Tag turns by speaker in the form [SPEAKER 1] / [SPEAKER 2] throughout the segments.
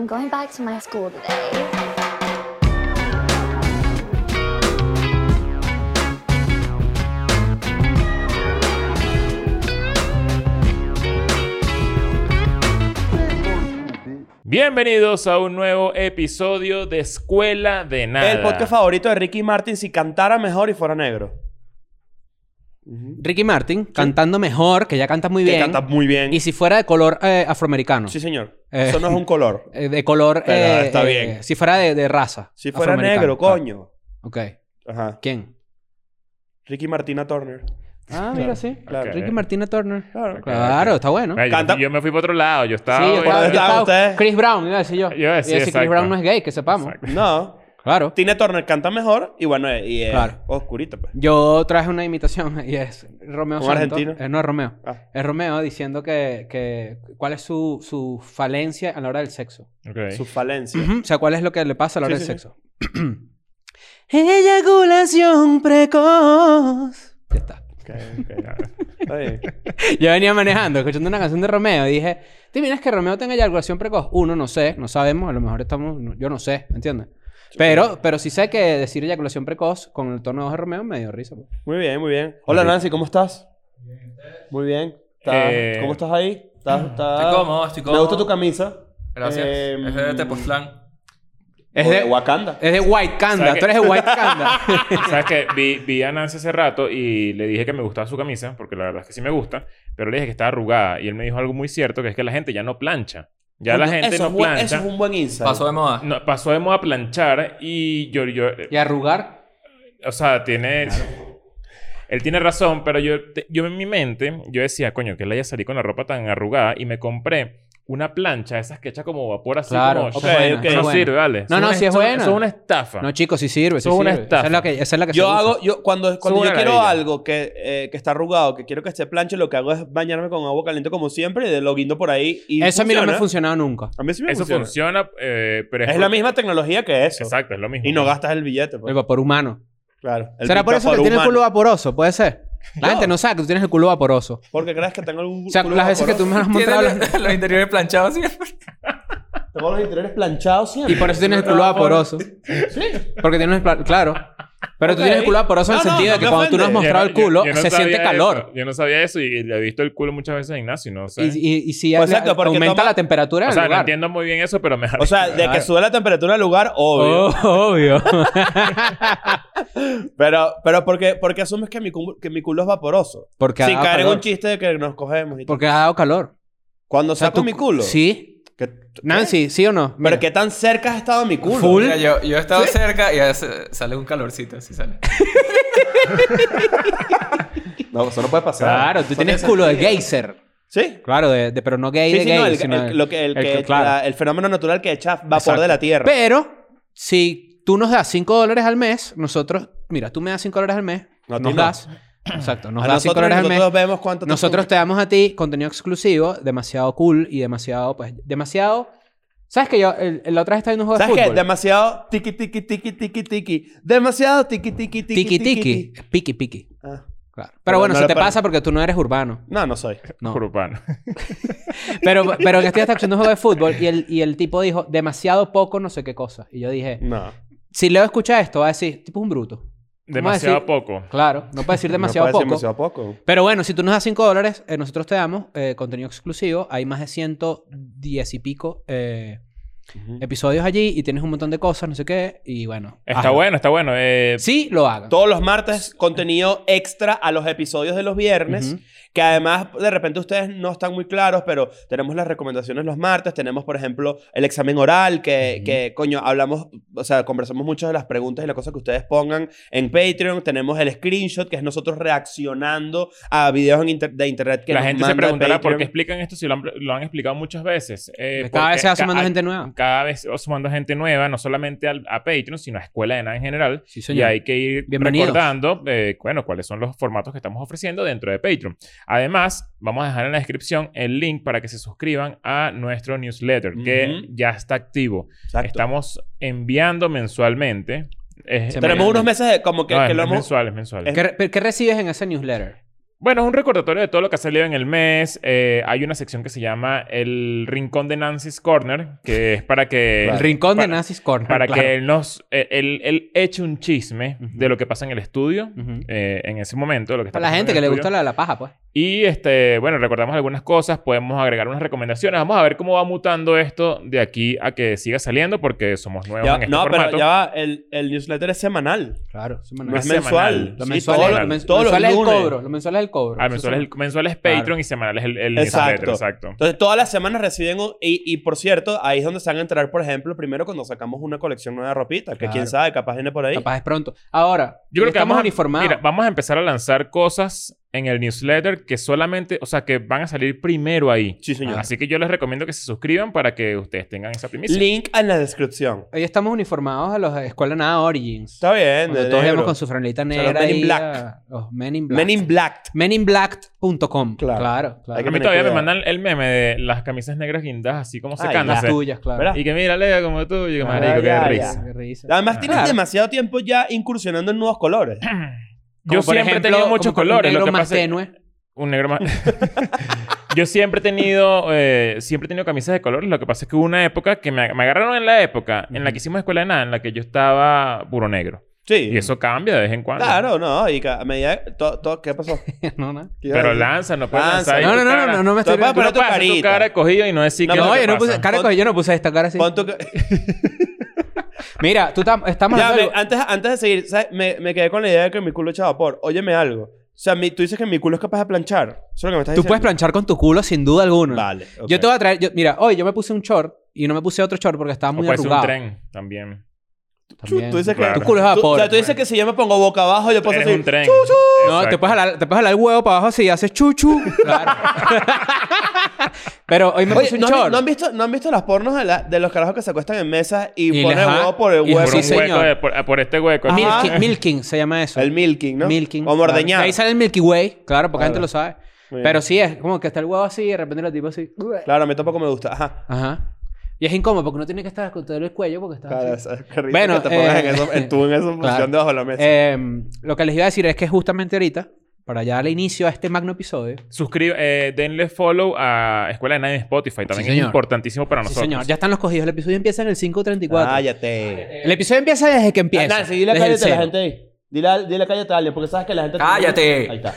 [SPEAKER 1] I'm going back to my school today.
[SPEAKER 2] Bienvenidos a un nuevo episodio de Escuela de Nada.
[SPEAKER 3] El podcast favorito de Ricky Martin si cantara mejor y fuera negro.
[SPEAKER 4] Ricky Martin cantando mejor, que ya canta muy
[SPEAKER 3] Que
[SPEAKER 4] bien.
[SPEAKER 3] canta muy bien.
[SPEAKER 4] Y si fuera de color eh, afroamericano.
[SPEAKER 3] Sí, señor.
[SPEAKER 4] Eh.
[SPEAKER 3] Eso no es un color.
[SPEAKER 4] Eh, de color.
[SPEAKER 3] Pero
[SPEAKER 4] eh,
[SPEAKER 3] está
[SPEAKER 4] eh,
[SPEAKER 3] bien.
[SPEAKER 4] Si fuera de, de raza.
[SPEAKER 3] Si fuera
[SPEAKER 4] afroamericana.
[SPEAKER 3] negro, coño.
[SPEAKER 4] Ok.
[SPEAKER 3] Ajá.
[SPEAKER 4] ¿Quién?
[SPEAKER 3] Ricky Martina Turner.
[SPEAKER 4] Ah, mira, sí.
[SPEAKER 3] claro. Ah,
[SPEAKER 4] Ricky Martina Turner. Claro,
[SPEAKER 3] Claro.
[SPEAKER 4] está bueno.
[SPEAKER 2] Ay, yo-
[SPEAKER 3] Canta-
[SPEAKER 2] Yo, me fui para otro lado. Yo estaba.
[SPEAKER 4] sí, yo estaba, yo
[SPEAKER 3] ¿Dónde estaban
[SPEAKER 4] estaba-
[SPEAKER 3] ustedes?
[SPEAKER 4] Chris Brown, iba a decir yo.
[SPEAKER 2] Yo iba a decir,
[SPEAKER 4] Chris
[SPEAKER 2] exacto.
[SPEAKER 4] Brown no es gay, que sepamos.
[SPEAKER 2] Exacto.
[SPEAKER 3] No.
[SPEAKER 4] Claro.
[SPEAKER 3] Tina Turner canta mejor y bueno, eh, y es
[SPEAKER 4] Claro.
[SPEAKER 3] oscurita, pues.
[SPEAKER 4] Yo traje una imitación y es Romeo
[SPEAKER 3] ¿Un
[SPEAKER 4] Santos.
[SPEAKER 3] argentino?
[SPEAKER 4] Eh, no, es Romeo.
[SPEAKER 3] Ah.
[SPEAKER 4] Es Romeo diciendo que, que cuál es su, su falencia a la hora del sexo.
[SPEAKER 2] Ok.
[SPEAKER 3] Sus falencias.
[SPEAKER 4] Ujú, O sea, ¿cuál es lo que le pasa a la hora
[SPEAKER 3] Sí,
[SPEAKER 4] del
[SPEAKER 3] sí,
[SPEAKER 4] sexo? Eyaculación precoz. Ya está.
[SPEAKER 3] Ok, ok. Está bien.
[SPEAKER 4] Yo venía manejando, escuchando una canción de Romeo y dije, ¿te imaginas que Romeo tenga eyaculación precoz? Uno, no sé, no sabemos, a lo mejor estamos, no- yo no sé, ¿me entiendes? Pero, pero sí sé que decir eyaculación precoz con el tono de voz de Romeo me dio risa. pues.
[SPEAKER 3] Muy bien, muy bien. Hola, Nancy, ¿cómo estás? Muy bien. ¿Estás-
[SPEAKER 2] Eh,
[SPEAKER 3] ¿Cómo estás ahí? ¿Estás, estás-
[SPEAKER 5] Estoy cómodo, estoy
[SPEAKER 3] Me
[SPEAKER 5] cómodo.
[SPEAKER 3] gusta tu camisa.
[SPEAKER 5] Gracias.
[SPEAKER 3] Eh,
[SPEAKER 5] es de Tepoztlán.
[SPEAKER 4] Es de,
[SPEAKER 3] Wakanda.
[SPEAKER 4] es de White Canda,
[SPEAKER 2] ¿Sabes
[SPEAKER 4] tú eres de White Canda.
[SPEAKER 2] ¿Sabes qué? Vi, vi a Nancy hace rato y le dije que me gustaba su camisa, porque la verdad es que sí me gusta, pero le dije que estaba arrugada. Y él me dijo algo muy cierto, que es que la gente ya no plancha. Ya la gente
[SPEAKER 3] eso
[SPEAKER 2] no
[SPEAKER 3] es buen-
[SPEAKER 2] plancha.
[SPEAKER 3] Eso es un buen insight.
[SPEAKER 5] Pasó de moda.
[SPEAKER 2] No, pasó de moda planchar y yo, yo
[SPEAKER 4] y arrugar.
[SPEAKER 2] o sea, tiene... Él tiene razón, pero yo, te- yo en mi mente, yo decía, coño, que él haya salido con la ropa tan arrugada y me compré una plancha, esas que echa como vapor así
[SPEAKER 4] Claro.
[SPEAKER 2] como...
[SPEAKER 4] Ok,
[SPEAKER 2] Eso
[SPEAKER 3] ok.
[SPEAKER 2] no
[SPEAKER 4] es buena.
[SPEAKER 2] sirve, vale.
[SPEAKER 4] No,
[SPEAKER 2] Eso
[SPEAKER 4] no,
[SPEAKER 2] es-
[SPEAKER 4] sí es
[SPEAKER 2] eso-
[SPEAKER 4] buena.
[SPEAKER 2] Eso es una estafa.
[SPEAKER 4] No, chicos, sí sirve. Sí
[SPEAKER 2] Eso es una
[SPEAKER 4] sirve.
[SPEAKER 2] estafa.
[SPEAKER 4] Esa es la que, esa es la que se
[SPEAKER 3] Yo
[SPEAKER 4] usa.
[SPEAKER 3] hago, yo cuando, cuando
[SPEAKER 2] una
[SPEAKER 3] yo quiero
[SPEAKER 2] ladilla.
[SPEAKER 3] algo que, eh, que está arrugado, que quiero que esté planche, lo que hago es bañarme con agua caliente como siempre y de lo guindo por ahí. Y
[SPEAKER 4] Eso a mí no me ha
[SPEAKER 3] funciona.
[SPEAKER 4] funcionado nunca.
[SPEAKER 3] A mí sí me
[SPEAKER 2] Eso
[SPEAKER 3] funciona.
[SPEAKER 2] funciona, eh, pero es...
[SPEAKER 3] Es la misma tecnología que eso.
[SPEAKER 2] Exacto, es lo mismo.
[SPEAKER 3] Y no gastas el billete. pues.
[SPEAKER 4] El vapor humano.
[SPEAKER 3] Claro. El
[SPEAKER 4] ¿Será por eso que
[SPEAKER 3] vapor
[SPEAKER 4] tiene el
[SPEAKER 3] humano.
[SPEAKER 4] culo vaporoso? Puede ser.
[SPEAKER 3] Yo.
[SPEAKER 4] La gente no sabe que tú tienes el culo vaporoso.
[SPEAKER 3] Porque crees que tengo algún
[SPEAKER 4] O sea,
[SPEAKER 3] culo
[SPEAKER 4] las veces que tú
[SPEAKER 3] vaporoso?
[SPEAKER 4] me has
[SPEAKER 5] Tiene
[SPEAKER 4] mostrado...
[SPEAKER 5] los,
[SPEAKER 4] las-
[SPEAKER 5] los interiores planchados siempre.
[SPEAKER 3] Tengo los interiores planchados siempre.
[SPEAKER 4] Y por eso tienes el culo vaporoso.
[SPEAKER 3] Sí.
[SPEAKER 4] Porque tienes el... pla- Claro. Pero tú
[SPEAKER 3] Ok.
[SPEAKER 4] tienes el culo vaporoso en
[SPEAKER 3] No,
[SPEAKER 4] el
[SPEAKER 3] no,
[SPEAKER 4] sentido
[SPEAKER 3] no
[SPEAKER 4] de que
[SPEAKER 3] me
[SPEAKER 4] cuando tú no has
[SPEAKER 3] ofende.
[SPEAKER 4] mostrado
[SPEAKER 2] Yo
[SPEAKER 4] el
[SPEAKER 2] no- yo-
[SPEAKER 4] culo,
[SPEAKER 2] yo no
[SPEAKER 4] se
[SPEAKER 2] sabía
[SPEAKER 4] siente
[SPEAKER 2] eso.
[SPEAKER 4] calor.
[SPEAKER 2] Yo no sabía eso y le he visto el culo muchas veces en Ignacio, ¿no? O sea,
[SPEAKER 4] Y, y- y si
[SPEAKER 3] Pues
[SPEAKER 4] le-
[SPEAKER 3] exacto, porque
[SPEAKER 4] aumenta
[SPEAKER 3] toma-
[SPEAKER 4] la temperatura en
[SPEAKER 2] o
[SPEAKER 4] el
[SPEAKER 2] sea no
[SPEAKER 4] lugar.
[SPEAKER 2] entiendo muy bien eso, pero me
[SPEAKER 3] O sea, de que
[SPEAKER 4] Claro.
[SPEAKER 3] sube la temperatura del lugar, obvio.
[SPEAKER 4] Oh, obvio.
[SPEAKER 3] Pero, pero porque, porque asumes que mi, culo, que mi culo es vaporoso.
[SPEAKER 4] Porque ha
[SPEAKER 3] Sin
[SPEAKER 4] dado
[SPEAKER 3] caer en
[SPEAKER 4] calor.
[SPEAKER 3] un chiste de que nos cogemos. Y tal.
[SPEAKER 4] Porque ha dado calor.
[SPEAKER 3] Cuando
[SPEAKER 4] O sea,
[SPEAKER 3] saco
[SPEAKER 4] tú-
[SPEAKER 3] mi culo.
[SPEAKER 4] Sí.
[SPEAKER 3] que-
[SPEAKER 4] Nancy, ¿sí o no?
[SPEAKER 3] Pero
[SPEAKER 4] Mira.
[SPEAKER 3] qué tan cerca has estado a mi culo.
[SPEAKER 4] Full.
[SPEAKER 5] Mira, yo, yo he estado cerca y hace- sale un calorcito. Así sale.
[SPEAKER 3] No, eso no puede pasar.
[SPEAKER 4] Claro, tú
[SPEAKER 3] Eso
[SPEAKER 4] tienes
[SPEAKER 3] tiene
[SPEAKER 4] culo de
[SPEAKER 3] sentido.
[SPEAKER 4] geyser.
[SPEAKER 3] Sí.
[SPEAKER 4] Claro, de, de- pero no gay
[SPEAKER 3] Sí,
[SPEAKER 4] de
[SPEAKER 3] sí,
[SPEAKER 4] gay,
[SPEAKER 3] no, el,
[SPEAKER 4] sino
[SPEAKER 3] el- lo que, el,
[SPEAKER 4] el-
[SPEAKER 3] que-
[SPEAKER 4] claro.
[SPEAKER 3] la- el fenómeno natural que echa vapor
[SPEAKER 4] Exacto.
[SPEAKER 3] de la tierra.
[SPEAKER 4] Pero si tú nos das 5 dólares al mes, nosotros, mira, tú me das 5 dólares al mes,
[SPEAKER 3] No, a ti
[SPEAKER 4] nos
[SPEAKER 3] no.
[SPEAKER 4] das, exacto, nos
[SPEAKER 3] A
[SPEAKER 4] das 5
[SPEAKER 3] Ah, nosotros,
[SPEAKER 4] dólares al mes.
[SPEAKER 3] nosotros vemos cuánto te-
[SPEAKER 4] Nosotros te damos a ti contenido exclusivo, demasiado cool y demasiado, pues, demasiado. ¿Sabes que yo, el, el- la otra vez estaba en un juego
[SPEAKER 3] ¿Sabes
[SPEAKER 4] de
[SPEAKER 3] qué?
[SPEAKER 4] fútbol?
[SPEAKER 3] Demasiado tiki tiki tiki tiki tiki. Demasiado tiki tiki tiki
[SPEAKER 4] Tiki tiki, piqui piqui.
[SPEAKER 3] Ah.
[SPEAKER 4] Claro. Pero,
[SPEAKER 3] Pero
[SPEAKER 4] bueno,
[SPEAKER 3] no
[SPEAKER 4] se
[SPEAKER 3] le
[SPEAKER 4] te
[SPEAKER 3] pare-
[SPEAKER 4] pasa porque tú no eres urbano.
[SPEAKER 3] No, no soy.
[SPEAKER 4] No.
[SPEAKER 2] Urbano.
[SPEAKER 4] Pero, pero que estoy hasta haciendo un juego de fútbol y el, y el tipo dijo demasiado poco no sé qué cosa. Y yo dije,
[SPEAKER 3] No.
[SPEAKER 4] si Leo escucha esto, va a decir, tipo es un bruto.
[SPEAKER 2] Demasiado
[SPEAKER 4] decir-
[SPEAKER 2] poco.
[SPEAKER 4] Claro, no puede decir demasiado
[SPEAKER 3] No
[SPEAKER 4] poco.
[SPEAKER 3] puede decir demasiado poco.
[SPEAKER 4] Pero bueno, si tú nos das 5 dólares, eh, nosotros te damos eh, contenido exclusivo. Hay más de 110 y pico eh, episodios allí y tienes un montón de cosas, no sé qué. Y bueno.
[SPEAKER 2] Está
[SPEAKER 4] hazlo.
[SPEAKER 2] bueno, está bueno. Eh,
[SPEAKER 4] Sí, lo hagan.
[SPEAKER 3] Todos los martes contenido extra a los episodios de los viernes,
[SPEAKER 4] Ujú.
[SPEAKER 3] que además de repente ustedes no están muy claros, pero tenemos las recomendaciones los martes, tenemos por ejemplo el examen oral, que, que, coño, hablamos, o sea, conversamos mucho de las preguntas y las cosas que ustedes pongan en Patreon, tenemos el screenshot, que es nosotros reaccionando a videos en inter- de internet que
[SPEAKER 2] la
[SPEAKER 3] nos
[SPEAKER 2] gente se
[SPEAKER 3] manda
[SPEAKER 2] preguntará por
[SPEAKER 3] Patreon.
[SPEAKER 2] qué explican esto si lo han, lo han explicado muchas veces. Eh,
[SPEAKER 4] Cada
[SPEAKER 2] porque
[SPEAKER 4] vez se va sumando
[SPEAKER 2] ca-
[SPEAKER 4] gente nueva.
[SPEAKER 2] Cada vez se va sumando gente nueva, no solamente al- a Patreon, sino a Escuela de Nada en general.
[SPEAKER 4] Sí, señor.
[SPEAKER 2] Y hay que ir
[SPEAKER 4] Bienvenidos.
[SPEAKER 2] recordando, eh, bueno, cuáles son los formatos que estamos ofreciendo dentro de Patreon. Además, vamos a dejar en la descripción el link para que se suscriban a nuestro newsletter, que
[SPEAKER 3] Ujú.
[SPEAKER 2] ya está activo.
[SPEAKER 3] Exacto.
[SPEAKER 2] Estamos enviando mensualmente. Eh,
[SPEAKER 4] Se
[SPEAKER 3] Tenemos
[SPEAKER 4] me-
[SPEAKER 3] unos meses de- como que,
[SPEAKER 2] no,
[SPEAKER 3] que
[SPEAKER 2] es-
[SPEAKER 3] lo
[SPEAKER 2] es
[SPEAKER 3] hemos...
[SPEAKER 2] mensual, es mensual. Eh,
[SPEAKER 4] ¿Qué, re- ¿Qué recibes en ese newsletter?
[SPEAKER 2] Bueno, es un recordatorio de todo lo que ha salido en el mes. Eh, hay una sección que se llama el Rincón de Nancy's Corner, que es para que...
[SPEAKER 4] El rincón de
[SPEAKER 2] para-
[SPEAKER 4] Nancy's Corner.
[SPEAKER 2] Para
[SPEAKER 4] claro.
[SPEAKER 2] que él nos... eh, Él, él eche un chisme de lo que pasa en el estudio
[SPEAKER 4] Ujú.
[SPEAKER 2] eh, en ese momento. Lo que está
[SPEAKER 4] Para la
[SPEAKER 2] pasando
[SPEAKER 4] gente
[SPEAKER 2] en
[SPEAKER 4] que
[SPEAKER 2] el
[SPEAKER 4] le
[SPEAKER 2] estudio.
[SPEAKER 4] gusta la, la paja, pues.
[SPEAKER 2] Y este, bueno, recordamos algunas cosas, podemos agregar unas recomendaciones. Vamos a ver cómo va mutando esto de aquí a que siga saliendo, porque somos nuevos
[SPEAKER 3] Ya-
[SPEAKER 2] en este
[SPEAKER 3] no,
[SPEAKER 2] formato.
[SPEAKER 3] pero ya va, el, el newsletter es semanal.
[SPEAKER 4] Claro.
[SPEAKER 3] No es,
[SPEAKER 2] Es
[SPEAKER 3] mensual.
[SPEAKER 2] semanal.
[SPEAKER 4] Lo
[SPEAKER 3] Sí,
[SPEAKER 4] mensual,
[SPEAKER 3] todos
[SPEAKER 4] es,
[SPEAKER 3] los-
[SPEAKER 4] lo men-
[SPEAKER 3] todos los
[SPEAKER 4] mensual es el
[SPEAKER 3] lunes.
[SPEAKER 4] cobro. Lo mensual es el cobro.
[SPEAKER 2] Ah,
[SPEAKER 4] Eso
[SPEAKER 2] mensual,
[SPEAKER 4] es-
[SPEAKER 2] es el, mensual es Patreon
[SPEAKER 4] Claro.
[SPEAKER 2] y semanal es el, el newsletter,
[SPEAKER 3] Exacto.
[SPEAKER 2] exacto.
[SPEAKER 3] Entonces, todas las semanas reciben un- y, y, por cierto, ahí es donde se van a enterar, por ejemplo, primero cuando sacamos una colección nueva de ropita, que
[SPEAKER 4] Claro.
[SPEAKER 3] quién sabe, capaz viene por ahí.
[SPEAKER 4] Capaz es pronto. Ahora,
[SPEAKER 2] Yo creo que
[SPEAKER 4] estamos
[SPEAKER 2] vamos a,
[SPEAKER 4] uniformados.
[SPEAKER 2] Mira, vamos a empezar a lanzar cosas en el newsletter que solamente, o sea, que van a salir primero ahí.
[SPEAKER 3] Sí, señor.
[SPEAKER 2] Así que yo les recomiendo que se suscriban para que ustedes tengan esa primicia.
[SPEAKER 3] Link en la descripción.
[SPEAKER 4] Hoy estamos uniformados a los de Escuela Nada Origins.
[SPEAKER 3] Está bien.
[SPEAKER 4] Cuando
[SPEAKER 3] de
[SPEAKER 4] todos
[SPEAKER 3] negro.
[SPEAKER 4] vemos con su franelita
[SPEAKER 3] sea, los
[SPEAKER 4] negra
[SPEAKER 3] Men in
[SPEAKER 4] ahí
[SPEAKER 3] Black.
[SPEAKER 4] a- los Men in Black.
[SPEAKER 3] Men in Black.
[SPEAKER 4] Meninblack.com.
[SPEAKER 3] Claro.
[SPEAKER 4] Claro, claro.
[SPEAKER 3] Hay que
[SPEAKER 2] a mí
[SPEAKER 3] tener
[SPEAKER 2] todavía me
[SPEAKER 3] cuidado.
[SPEAKER 2] mandan el meme de las camisas negras guindas así como
[SPEAKER 3] Ay,
[SPEAKER 4] Las
[SPEAKER 2] secándose.
[SPEAKER 4] tuyas, claro.
[SPEAKER 3] ¿Verdad?
[SPEAKER 2] y que mira, Leo, como tú. Y que
[SPEAKER 4] Ah,
[SPEAKER 2] marico,
[SPEAKER 3] ya,
[SPEAKER 2] qué
[SPEAKER 3] ya.
[SPEAKER 2] risa.
[SPEAKER 4] Qué risa.
[SPEAKER 3] Además, tienes
[SPEAKER 4] Claro.
[SPEAKER 3] demasiado tiempo ya incursionando en nuevos colores.
[SPEAKER 2] Yo
[SPEAKER 4] Como, por
[SPEAKER 2] siempre he
[SPEAKER 4] ejemplo,
[SPEAKER 2] tenido
[SPEAKER 4] como
[SPEAKER 2] muchos
[SPEAKER 4] con un
[SPEAKER 2] colores. Lo
[SPEAKER 4] negro
[SPEAKER 2] que
[SPEAKER 4] más
[SPEAKER 2] pasa es-
[SPEAKER 4] tenue.
[SPEAKER 2] Un negro más. Yo siempre he tenido, eh, siempre he tenido camisas de colores. Lo que pasa es que hubo una época que me, ag- me agarraron en la época en la que hicimos escuela de nada, en la que yo estaba puro negro.
[SPEAKER 3] Sí.
[SPEAKER 2] Y eso cambia de vez en cuando.
[SPEAKER 3] Claro, no. Y ca- a medida. to- to- ¿Qué pasó?
[SPEAKER 4] no, no.
[SPEAKER 3] ¿Qué iba a
[SPEAKER 2] Pero
[SPEAKER 3] decir?
[SPEAKER 2] lanza, no puedes
[SPEAKER 3] Lanza.
[SPEAKER 2] lanzar. ahí
[SPEAKER 4] No,
[SPEAKER 2] tu
[SPEAKER 4] no, no,
[SPEAKER 2] cara.
[SPEAKER 4] no, no me estoy...
[SPEAKER 3] Tú vas a
[SPEAKER 2] Tú
[SPEAKER 3] poner
[SPEAKER 2] no
[SPEAKER 4] No,
[SPEAKER 3] tu
[SPEAKER 2] puedes hacer tu
[SPEAKER 3] carita.
[SPEAKER 2] cara cogido y no decir
[SPEAKER 3] No,
[SPEAKER 2] que
[SPEAKER 3] pero
[SPEAKER 2] no,
[SPEAKER 4] yo no puse... Cara,
[SPEAKER 3] Pon-
[SPEAKER 4] yo no puse esta cara así.
[SPEAKER 3] Pon tu ca-
[SPEAKER 4] Mira, tú tam- estamos...
[SPEAKER 3] Ya, ah,
[SPEAKER 4] hablando
[SPEAKER 3] me-
[SPEAKER 4] de-
[SPEAKER 3] antes, antes de seguir, ¿sabes? Me, me quedé con la idea de que mi culo echa vapor. Óyeme algo. O sea, mi- tú dices que mi culo es capaz de planchar. Eso es lo que me estás
[SPEAKER 4] Tú puedes
[SPEAKER 3] diciendo.
[SPEAKER 4] planchar con tu culo sin duda alguna.
[SPEAKER 3] Vale. ok.
[SPEAKER 4] Yo te voy a traer... yo- mira, hoy yo me puse un short y no me puse otro short porque estaba
[SPEAKER 2] O
[SPEAKER 4] muy
[SPEAKER 2] puede ser un
[SPEAKER 4] arrugado.
[SPEAKER 2] tren también.
[SPEAKER 4] También.
[SPEAKER 3] Tú dices que.
[SPEAKER 2] Claro.
[SPEAKER 4] Tu culo es
[SPEAKER 3] Tú- o sea,
[SPEAKER 4] vapor.
[SPEAKER 3] tú dices que si yo me pongo boca abajo, yo
[SPEAKER 2] pues.
[SPEAKER 3] puedo
[SPEAKER 2] Eres
[SPEAKER 3] así.
[SPEAKER 2] un tren.
[SPEAKER 4] No, te
[SPEAKER 2] Exacto.
[SPEAKER 4] puedes, jalar, te puedes jalar el huevo para abajo si haces chuchu. Claro. Pero hoy me
[SPEAKER 3] Oye,
[SPEAKER 4] puse un
[SPEAKER 3] ¿no, han-
[SPEAKER 4] short.
[SPEAKER 3] no han visto, ¿no han visto las pornos de, la- de los carajos que se acuestan en mesas y,
[SPEAKER 4] Y
[SPEAKER 3] ponen
[SPEAKER 4] les-
[SPEAKER 3] el huevo por el
[SPEAKER 4] y-
[SPEAKER 3] huevo?
[SPEAKER 2] Por
[SPEAKER 4] Sí,
[SPEAKER 2] un hueco,
[SPEAKER 4] señor.
[SPEAKER 2] de- por, ah, por este hueco.
[SPEAKER 3] Mil-
[SPEAKER 2] Ajá.
[SPEAKER 4] Milking, milking se llama eso.
[SPEAKER 3] El milking, ¿no?
[SPEAKER 4] Milking.
[SPEAKER 3] O mordeñar.
[SPEAKER 4] Claro. Ahí sale el Milky Way, claro, porque la gente
[SPEAKER 3] Claro.
[SPEAKER 4] lo sabe.
[SPEAKER 3] Muy
[SPEAKER 4] Pero
[SPEAKER 3] bien.
[SPEAKER 4] sí es como que está el huevo así y de repente lo tipo así.
[SPEAKER 3] Claro, a mí tampoco me gusta. Ajá.
[SPEAKER 4] Ajá. Y es incómodo porque uno tiene que estar escotando el cuello porque está.
[SPEAKER 3] Claro,
[SPEAKER 4] así.
[SPEAKER 3] es- qué rico
[SPEAKER 4] Ah, Bueno,
[SPEAKER 3] que te pongas en
[SPEAKER 4] eh,
[SPEAKER 3] eso, en, tú en esa
[SPEAKER 4] claro.
[SPEAKER 3] posición debajo de la mesa.
[SPEAKER 4] Eh, lo que les iba a decir es que justamente ahorita, para ya darle inicio a este magno episodio.
[SPEAKER 2] Suscribe, eh, denle follow a Escuela de Nada en Spotify. También es
[SPEAKER 4] señor.
[SPEAKER 2] importantísimo para
[SPEAKER 4] Sí,
[SPEAKER 2] nosotros.
[SPEAKER 4] señor, ya están los cogidos. El episodio empieza en el 5.34.
[SPEAKER 3] Ah, Cállate.
[SPEAKER 4] El episodio empieza desde que empieza.
[SPEAKER 3] Nancy, dile
[SPEAKER 4] desde el
[SPEAKER 3] cállate a la
[SPEAKER 4] cero.
[SPEAKER 3] gente ahí. Dile, dile cállate a alguien, porque sabes que la gente...
[SPEAKER 5] ¡Cállate!
[SPEAKER 3] Ahí está.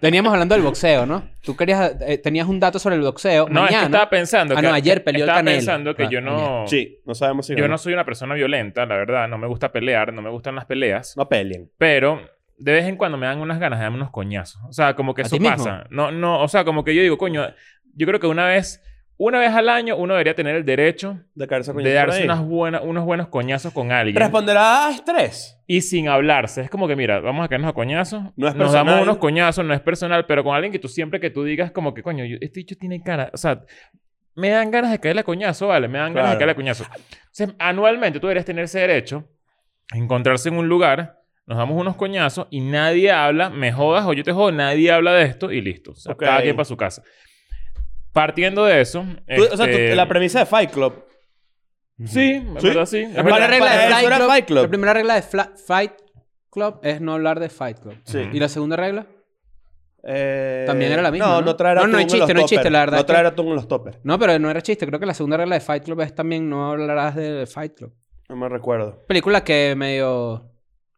[SPEAKER 4] Veníamos hablando del boxeo, ¿no? Tú querías, eh, tenías un dato sobre el boxeo.
[SPEAKER 2] No, es
[SPEAKER 4] Mañana,
[SPEAKER 2] que estaba pensando
[SPEAKER 4] Ah,
[SPEAKER 2] que
[SPEAKER 4] no, ayer peleó el
[SPEAKER 2] estaba
[SPEAKER 4] Canelo.
[SPEAKER 2] pensando que
[SPEAKER 4] Ah,
[SPEAKER 2] yo no
[SPEAKER 3] Sí, no sabemos si...
[SPEAKER 2] yo
[SPEAKER 3] ganó.
[SPEAKER 2] no soy una persona violenta, la verdad, no me gusta pelear, no me gustan las peleas,
[SPEAKER 3] No peleen.
[SPEAKER 2] pero de vez en cuando me dan unas ganas de darme unos coñazos. O sea, como que
[SPEAKER 4] ¿A
[SPEAKER 2] eso
[SPEAKER 4] ti mismo?
[SPEAKER 2] pasa. No no, o sea, como que yo digo, coño, yo creo que una vez una vez al año uno debería tener el derecho
[SPEAKER 3] De caerse con
[SPEAKER 2] de darse unas buenas, unos buenos coñazos con alguien
[SPEAKER 3] Responderá a estrés.
[SPEAKER 2] y sin hablarse. Es como que, mira, vamos a caernos a coñazos.
[SPEAKER 3] No
[SPEAKER 2] Nos
[SPEAKER 3] es personal.
[SPEAKER 2] damos unos coñazos, no es personal, pero con alguien que tú siempre que tú digas, como que, coño, yo- este bicho tiene cara. O sea, me dan ganas de caerle a coñazo, vale, me dan ganas de
[SPEAKER 3] Claro.
[SPEAKER 2] caerle a coñazo. Entonces, anualmente tú deberías tener ese derecho, encontrarse en un lugar. Nos damos unos coñazos y nadie habla, me jodas o yo te jodo, nadie habla de esto y listo. O sea,
[SPEAKER 3] Ok.
[SPEAKER 2] cada quien para su casa. Partiendo de eso.
[SPEAKER 3] Tú- o sea, tú-
[SPEAKER 2] este,
[SPEAKER 3] la premisa de Fight Club.
[SPEAKER 2] Sí, en
[SPEAKER 3] ¿Sí?
[SPEAKER 2] verdad sí.
[SPEAKER 4] La
[SPEAKER 2] Es
[SPEAKER 4] primera
[SPEAKER 2] verdad.
[SPEAKER 3] Para-
[SPEAKER 4] regla
[SPEAKER 3] para
[SPEAKER 4] de
[SPEAKER 3] eso
[SPEAKER 4] Fight
[SPEAKER 3] era
[SPEAKER 4] Club,
[SPEAKER 3] Fight Club.
[SPEAKER 4] La primera regla de Fla- Fight Club es no hablar de Fight Club.
[SPEAKER 3] Sí.
[SPEAKER 4] ¿Y la segunda regla?
[SPEAKER 3] Eh,
[SPEAKER 4] También era la misma,
[SPEAKER 3] No,
[SPEAKER 4] ¿no?
[SPEAKER 3] no traer
[SPEAKER 4] No,
[SPEAKER 3] atún
[SPEAKER 4] no hay
[SPEAKER 3] en
[SPEAKER 4] chiste,
[SPEAKER 3] los
[SPEAKER 4] no hay
[SPEAKER 3] toppers.
[SPEAKER 4] chiste, la verdad es
[SPEAKER 3] No
[SPEAKER 4] que-
[SPEAKER 3] traer atún en los toppers.
[SPEAKER 4] No, pero no era chiste. Creo que la segunda regla de Fight Club es también no hablarás de Fight Club.
[SPEAKER 3] No me recuerdo.
[SPEAKER 4] Película que medio...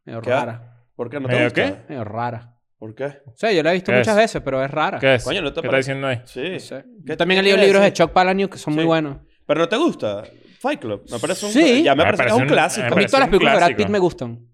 [SPEAKER 4] Medio
[SPEAKER 3] ¿Qué?
[SPEAKER 4] rara.
[SPEAKER 3] ¿Por qué no te
[SPEAKER 2] ¿Medio
[SPEAKER 3] gusta?
[SPEAKER 2] qué?
[SPEAKER 4] Medio rara.
[SPEAKER 3] ¿Por qué?
[SPEAKER 4] O sea, yo la he visto
[SPEAKER 2] ¿Qué
[SPEAKER 4] muchas
[SPEAKER 2] es?
[SPEAKER 4] veces, pero es rara.
[SPEAKER 2] ¿Qué es?
[SPEAKER 3] Coño, no te
[SPEAKER 2] ¿Qué está
[SPEAKER 3] pare-
[SPEAKER 2] diciendo ahí?
[SPEAKER 3] Sí.
[SPEAKER 4] No sé.
[SPEAKER 3] ¿Qué-
[SPEAKER 4] Yo también he
[SPEAKER 3] qué
[SPEAKER 4] leído
[SPEAKER 3] quiere
[SPEAKER 4] libros de
[SPEAKER 3] decir?
[SPEAKER 4] Chuck Palahniuk que son muy
[SPEAKER 3] Sí.
[SPEAKER 4] buenos.
[SPEAKER 3] Pero no te gusta Fight Club. Me parece un,
[SPEAKER 4] Sí.
[SPEAKER 3] ya me
[SPEAKER 2] Me
[SPEAKER 3] parece, que es
[SPEAKER 2] parece
[SPEAKER 3] un
[SPEAKER 2] un-
[SPEAKER 3] clásico.
[SPEAKER 4] A mí
[SPEAKER 2] parece
[SPEAKER 4] todas las
[SPEAKER 2] un
[SPEAKER 4] películas de Brad
[SPEAKER 2] clásico.
[SPEAKER 4] Pitt me gustan.